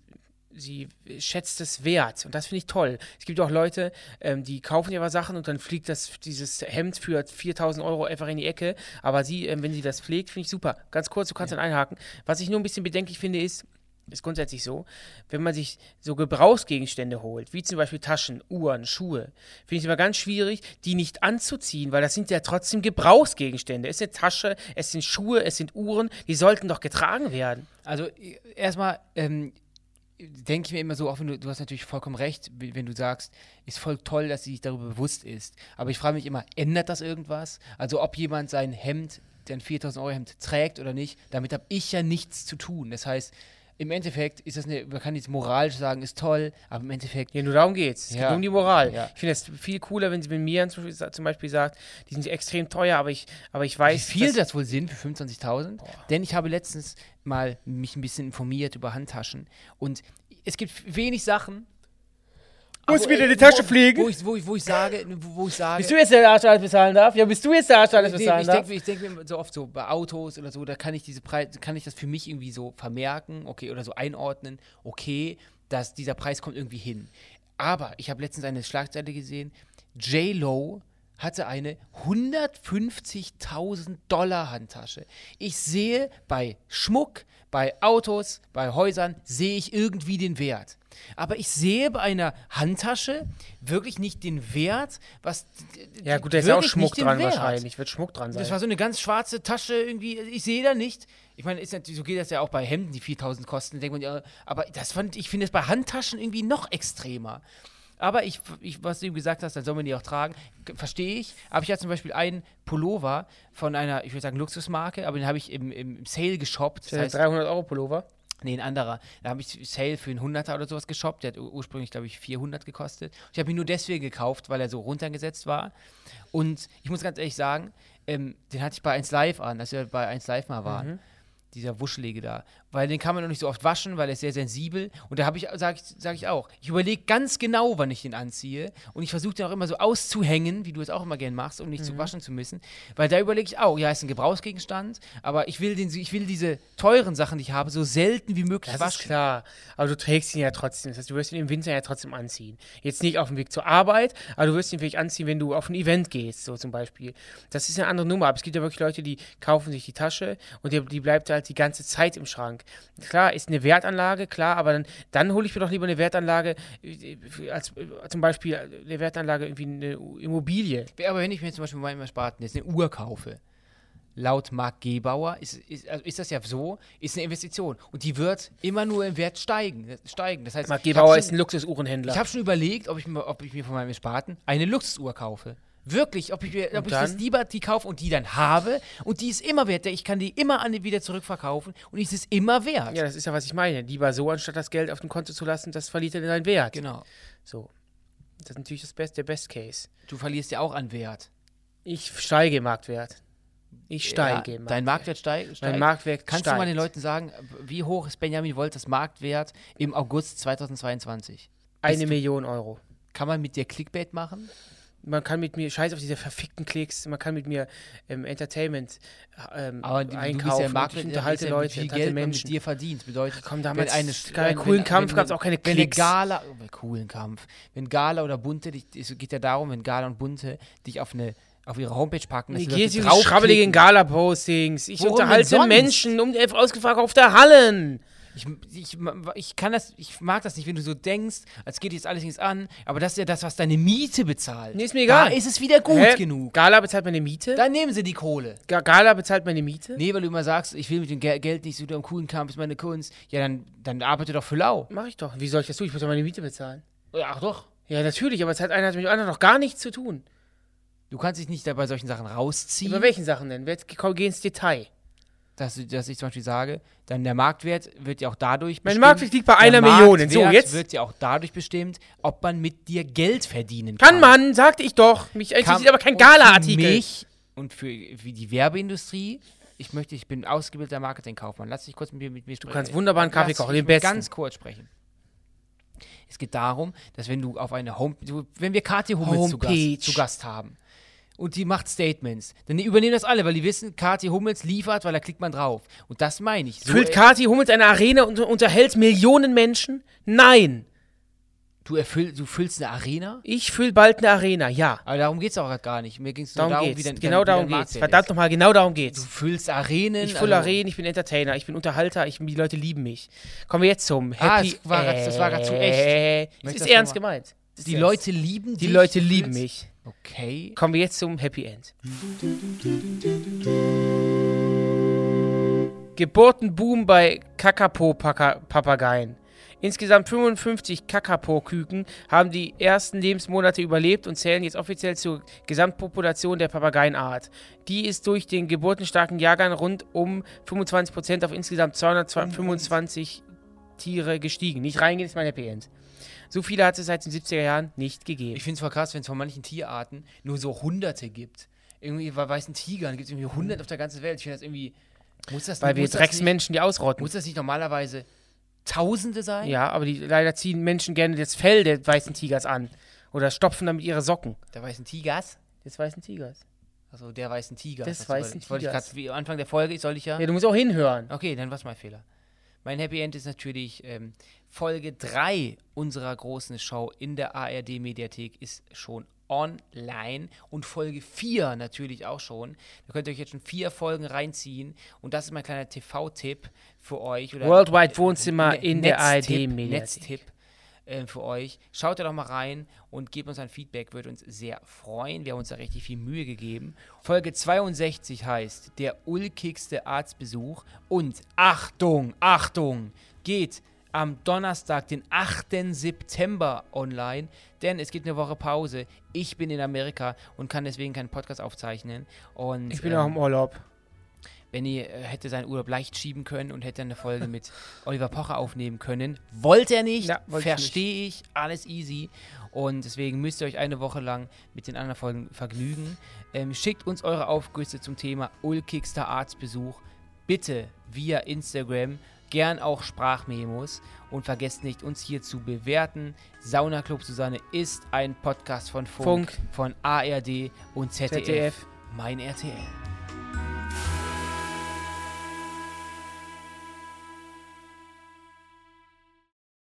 Speaker 2: sie schätzt es wert. Und das finde ich toll. Es gibt auch Leute, ähm, die kaufen ja was Sachen und dann fliegt das, dieses Hemd für 4000 Euro einfach in die Ecke. Aber sie, ähm, wenn sie das pflegt, finde ich super. Ganz kurz, du kannst dann einhaken. Was ich nur ein bisschen bedenklich finde, ist, ist grundsätzlich so, wenn man sich so Gebrauchsgegenstände holt, wie zum Beispiel Taschen, Uhren, Schuhe, finde ich es immer ganz schwierig, die nicht anzuziehen, weil das sind ja trotzdem Gebrauchsgegenstände. Es ist eine Tasche, es sind Schuhe, es sind Uhren, die sollten doch getragen werden.
Speaker 3: Also i- erstmal ähm, denke ich mir immer so, auch wenn du, du hast natürlich vollkommen recht, w- wenn du sagst, ist voll toll, dass sie sich darüber bewusst ist. Aber ich frage mich immer, ändert das irgendwas? Also ob jemand sein Hemd, sein 4000 Euro Hemd trägt oder nicht, damit habe ich ja nichts zu tun. Das heißt, im Endeffekt ist das eine, man kann jetzt moralisch sagen, ist toll, aber im Endeffekt
Speaker 2: Ja, nur darum geht's. Es
Speaker 3: Ja.
Speaker 2: geht um die Moral.
Speaker 3: Ja.
Speaker 2: Ich finde es viel cooler, wenn sie wenn Mian zum Beispiel sa- zum Beispiel sagt, die sind extrem teuer, aber ich, aber ich
Speaker 3: Wie
Speaker 2: weiß.
Speaker 3: viel
Speaker 2: dass-
Speaker 3: das wohl sind für 25.000? Denn ich habe letztens mal mich ein bisschen informiert über Handtaschen und es gibt wenig Sachen.
Speaker 2: Muss
Speaker 3: wo-
Speaker 2: mir in die Tasche
Speaker 3: wo,
Speaker 2: fliegen?
Speaker 3: Wo ich, wo ich, wo ich sage, wo ich sage.
Speaker 2: Bist du jetzt der Arsch, der alles bezahlen darf? Ja, bist du jetzt der Arsch, der alles ne?
Speaker 3: Nee, ich
Speaker 2: bezahlen darf?
Speaker 3: denke ich denk mir so oft so bei Autos oder so, da kann ich diese Preis, kann ich das für mich irgendwie so vermerken, okay, oder so einordnen, okay, dass dieser Preis kommt irgendwie hin. Aber ich habe letztens eine Schlagzeile gesehen, J-Lo hatte eine 150.000 Dollar Handtasche. Ich sehe bei Schmuck, bei Autos, bei Häusern, sehe ich irgendwie den Wert. Aber ich sehe bei einer Handtasche wirklich nicht den Wert, was.
Speaker 2: Ja, gut, da ist ja auch
Speaker 3: wirklich
Speaker 2: Schmuck
Speaker 3: nicht den
Speaker 2: dran
Speaker 3: Wert.
Speaker 2: wahrscheinlich. Wird Schmuck dran sein.
Speaker 3: Das war so eine ganz schwarze Tasche irgendwie. Also, Ich sehe da nicht. Ich meine, ist natürlich, so geht das ja auch bei Hemden, die 4000 kosten. Denkt man, ja, aber das fand ich finde es bei Handtaschen irgendwie noch extremer. Aber ich, ich, was du eben gesagt hast, dann soll man die auch tragen, G- verstehe ich. Aber ich hatte zum Beispiel einen Pullover von einer, ich würde sagen, Luxusmarke, aber den habe ich im, im Sale geshoppt.
Speaker 2: der 300 Äh, Euro Pullover.
Speaker 3: Nee, ein anderer. Da habe ich Sale für einen 100er oder sowas geshoppt. Der hat ur- ursprünglich, glaube ich, 400 gekostet. Ich habe ihn nur deswegen gekauft, weil er so runtergesetzt war. Und ich muss ganz ehrlich sagen, ähm, den hatte ich bei 1 Live an, als wir bei 1 Live mal
Speaker 2: Mhm.
Speaker 3: waren. Dieser Wuschelige da. Weil den kann man noch nicht so oft waschen, weil er ist sehr sensibel. Und da habe ich, sage ich, sag ich auch, ich überlege ganz genau, wann ich den anziehe. Und ich versuche den auch immer so auszuhängen, wie du es auch immer gern machst, um nicht
Speaker 2: Mhm.
Speaker 3: zu waschen zu müssen. Weil da überlege ich auch, ja, ist ein Gebrauchsgegenstand, aber ich will, den, ich will diese teuren Sachen, die ich habe, so selten wie möglich
Speaker 2: Das ist
Speaker 3: waschen.
Speaker 2: klar. Aber du trägst ihn ja trotzdem. Das heißt, du wirst ihn im Winter ja trotzdem anziehen. Jetzt nicht auf dem Weg zur Arbeit, aber du wirst ihn vielleicht anziehen, wenn du auf ein Event gehst, so zum Beispiel. Das ist eine andere Nummer. Aber es gibt ja wirklich Leute, die kaufen sich die Tasche und die, die bleibt halt die ganze Zeit im Schrank. Klar, ist eine Wertanlage, klar, aber dann, dann hole ich mir doch lieber eine Wertanlage, äh, als äh, zum Beispiel eine Wertanlage irgendwie eine Immobilie.
Speaker 3: Aber wenn ich mir zum Beispiel mal im Sparten jetzt eine Uhr kaufe, laut Marc Gebauer, ist, ist, also ist das ja so, ist eine Investition. Und die wird immer nur im Wert steigen. steigen. Das heißt,
Speaker 2: Mark
Speaker 3: ich hab
Speaker 2: Gebauer
Speaker 3: schon-
Speaker 2: ist ein Luxusuhrenhändler.
Speaker 3: Ich habe schon überlegt, ob ich, mir, ob ich mir von meinem Ersparten eine Luxusuhr kaufe. Wirklich, ob ich, mir, ob ich das
Speaker 2: dann?
Speaker 3: lieber die kaufe und die dann habe. Und die ist immer wert. Ich kann die immer an wieder zurückverkaufen und es ist immer wert.
Speaker 2: ja, das ist ja, was ich meine. Lieber so, anstatt das Geld auf dem Konto zu lassen, das verliert dann seinen Wert.
Speaker 3: Genau.
Speaker 2: So. Das ist natürlich das Best, der Best Case.
Speaker 3: Du verlierst ja auch an Wert.
Speaker 2: Ich steige im Marktwert. Ich steige
Speaker 3: ja,
Speaker 2: im
Speaker 3: Dein Marktwert steig, steigt.
Speaker 2: Mein Marktwert
Speaker 3: Kannst
Speaker 2: steigt.
Speaker 3: du mal den Leuten sagen, wie hoch ist Benjamin Wolters Marktwert im August 2022?
Speaker 2: Eine Million Euro.
Speaker 3: Kann man mit dir Clickbait machen?
Speaker 2: Man kann mit mir, scheiß auf diese verfickten Klicks, man kann mit mir ähm, Entertainment ähm,
Speaker 3: Aber du, du bist
Speaker 2: einkaufen.
Speaker 3: ja
Speaker 2: und
Speaker 3: Marktwert,
Speaker 2: ich
Speaker 3: du
Speaker 2: unterhalte
Speaker 3: ja,
Speaker 2: Leute,
Speaker 3: wie viel
Speaker 2: unterhalte
Speaker 3: Geld man
Speaker 2: Menschen.
Speaker 3: mit dir verdient. Bedeutet,
Speaker 2: Komm, damals
Speaker 3: wenn eine,
Speaker 2: gab- coolen Kampf
Speaker 3: wenn-
Speaker 2: gab's auch keine
Speaker 3: wenn
Speaker 2: Klicks.
Speaker 3: Gala, oh, coolen Kampf. Wenn Gala oder Bunte, dich, es geht ja darum, wenn Gala und Bunte dich auf eine auf ihre Homepage packen,
Speaker 2: Ich
Speaker 3: die
Speaker 2: gehe
Speaker 3: Leute
Speaker 2: zu diesen
Speaker 3: draufklicken.
Speaker 2: schrabbeligen Gala-Postings. Ich
Speaker 3: Worum denn
Speaker 2: unterhalte
Speaker 3: sonst?
Speaker 2: Menschen um ausgeverkaufte Hallen.
Speaker 3: Ich, ich, ich kann das, ich mag das nicht, wenn du so denkst, als geht jetzt alles nichts an, aber das ist ja das, was deine Miete bezahlt.
Speaker 2: Nee, ist mir egal.
Speaker 3: Da ist es wieder gut
Speaker 2: Hä?
Speaker 3: genug.
Speaker 2: Gala bezahlt meine Miete?
Speaker 3: Dann nehmen sie die Kohle.
Speaker 2: Ga- Gala bezahlt meine Miete?
Speaker 3: Nee, weil du immer sagst, ich will mit dem Ge Geld nicht so am coolen Kampf, ist meine Kunst. Ja, dann, dann arbeite doch für lau.
Speaker 2: Mach ich doch. Wie soll ich das tun? Ich muss doch meine Miete bezahlen.
Speaker 3: Ach doch.
Speaker 2: Ja, natürlich, aber es hat einer hat mit dem anderen noch gar nichts zu tun.
Speaker 3: Du kannst dich nicht da bei solchen Sachen
Speaker 2: Über
Speaker 3: rausziehen,
Speaker 2: welchen Sachen denn? Wir jetzt ge- gehen ins Detail.
Speaker 3: dass, du- dass ich zum Beispiel sage, dann der Marktwert wird ja auch dadurch
Speaker 2: Mein
Speaker 3: bestimmt.
Speaker 2: Marktwert liegt bei
Speaker 3: der
Speaker 2: einer Million. So,
Speaker 3: Marktwert
Speaker 2: jetzt-
Speaker 3: wird ja auch dadurch bestimmt, ob man mit dir Geld verdienen kann.
Speaker 2: Kann man, sagte ich doch. Mich interessiert aber kein
Speaker 3: und für
Speaker 2: Gala-Artikel.
Speaker 3: Mich und für wie die Werbeindustrie. Ich möchte, ich bin ausgebildeter Marketingkaufmann. Lass dich kurz mit mir, mit mir sprechen.
Speaker 2: kannst wunderbaren Kaffee
Speaker 3: Lass
Speaker 2: kochen,
Speaker 3: mich
Speaker 2: den besten.
Speaker 3: Ganz kurz sprechen. Es geht darum, dass wenn du auf eine Home, du- wenn wir Kathi Hummels zu
Speaker 2: Homepage.
Speaker 3: Gast, zu Gast haben und die macht Statements, dann übernehmen das alle, weil die wissen, Kathi Hummels liefert, weil da klickt man drauf. Und das meine ich. So,
Speaker 2: Füllt
Speaker 3: äh,
Speaker 2: Kati Hummels eine Arena und unterhält Millionen Menschen? Nein.
Speaker 3: du, erfüll, du füllst eine Arena?
Speaker 2: Ich fülle bald eine Arena, ja.
Speaker 3: Aber darum geht es auch grad gar nicht. Mir ging es nur
Speaker 2: Darum,
Speaker 3: darum,
Speaker 2: geht's.
Speaker 3: wie dein,
Speaker 2: genau
Speaker 3: dein, wie
Speaker 2: darum
Speaker 3: dein
Speaker 2: geht's.
Speaker 3: Marktwert
Speaker 2: Verdammt
Speaker 3: ist.
Speaker 2: nochmal, genau darum
Speaker 3: Du
Speaker 2: geht's.
Speaker 3: füllst Arenen.
Speaker 2: Ich fülle Arenen, ich bin Entertainer, ich bin Unterhalter, ich, die Leute lieben mich. Kommen wir jetzt zum
Speaker 3: Ah,
Speaker 2: Happy.
Speaker 3: es war grad- das war grad zu echt.
Speaker 2: Äh, Es
Speaker 3: Möchtest
Speaker 2: ist
Speaker 3: du das
Speaker 2: ernst
Speaker 3: noch
Speaker 2: gemeint. Es ist
Speaker 3: Die
Speaker 2: ernst.
Speaker 3: Leute lieben
Speaker 2: die
Speaker 3: dich,
Speaker 2: Leute
Speaker 3: du
Speaker 2: lieben
Speaker 3: fühlst-
Speaker 2: mich.
Speaker 3: Okay.
Speaker 2: Kommen wir jetzt zum Happy End. Geburtenboom bei Kakapo-Papageien. Insgesamt 55 Kakapo-Küken haben die ersten Lebensmonate überlebt und zählen jetzt offiziell zur Gesamtpopulation der Papageienart. Die ist durch den geburtenstarken Jahrgang rund um 25% auf insgesamt 225 Tiere gestiegen. Nicht reingehen ist mein Happy End. So viele hat es seit den 70er Jahren nicht gegeben.
Speaker 3: Ich finde es voll krass, wenn es von manchen Tierarten nur so Hunderte gibt. Irgendwie bei weißen Tigern gibt es irgendwie Hunderte auf der ganzen Welt. Ich finde das irgendwie. Muss das
Speaker 2: Hm. Weil wir
Speaker 3: muss das nicht,
Speaker 2: Drecksmenschen die ausrotten.
Speaker 3: Muss das nicht normalerweise Tausende sein?
Speaker 2: Ja, aber die, leider ziehen Menschen gerne das Fell des weißen Tigers an. Oder stopfen damit ihre Socken.
Speaker 3: Der weißen Tigers?
Speaker 2: Des weißen Tigers.
Speaker 3: Also der weißen Tiger.
Speaker 2: Des
Speaker 3: hast du
Speaker 2: weißen
Speaker 3: überlegt. Wollte ich
Speaker 2: Tigers.
Speaker 3: gerade wie am Anfang der Folge, ich soll dich ja.
Speaker 2: Ja, du musst auch hinhören.
Speaker 3: Okay, dann war's mein Fehler. Mein Happy End ist natürlich ähm, Folge 3 unserer großen Show in der ARD Mediathek ist schon online und Folge 4 natürlich auch schon. Da könnt ihr euch jetzt schon vier Folgen reinziehen und das ist mein kleiner TV-Tipp für euch. Oder
Speaker 2: Worldwide Wohnzimmer
Speaker 3: Ne-
Speaker 2: in der
Speaker 3: Netztipp,
Speaker 2: ARD-Mediathek.
Speaker 3: Netztipp äh, für euch. Schaut da doch mal rein und gebt uns ein Feedback, würde uns sehr freuen. Wir haben uns da richtig viel Mühe gegeben. Folge 62 heißt Der ulkigste Arztbesuch und Achtung, Achtung, geht am Donnerstag, den 8. September online, denn es gibt eine Woche Pause. Ich bin in Amerika und kann deswegen keinen Podcast aufzeichnen. Und,
Speaker 2: Ich bin
Speaker 3: ähm,
Speaker 2: auch im Urlaub.
Speaker 3: Benny äh, hätte seinen Urlaub leicht schieben können und hätte eine Folge mit Oliver Pocher aufnehmen können. Wollte er nicht,
Speaker 2: Ja, wollte ich
Speaker 3: verstehe ich, alles easy. Und deswegen müsst ihr euch eine Woche lang mit den anderen Folgen vergnügen. Ähm, schickt uns eure Aufgüsse zum Thema ulkigster Arztbesuch. Bitte via Instagram, gern auch Sprachmemos. Und vergesst nicht, uns hier zu bewerten. Sauna Club Susanne ist ein Podcast von Funk,
Speaker 2: Funk.
Speaker 3: von ARD und ZDF.
Speaker 2: ZDF.
Speaker 3: Mein RTL.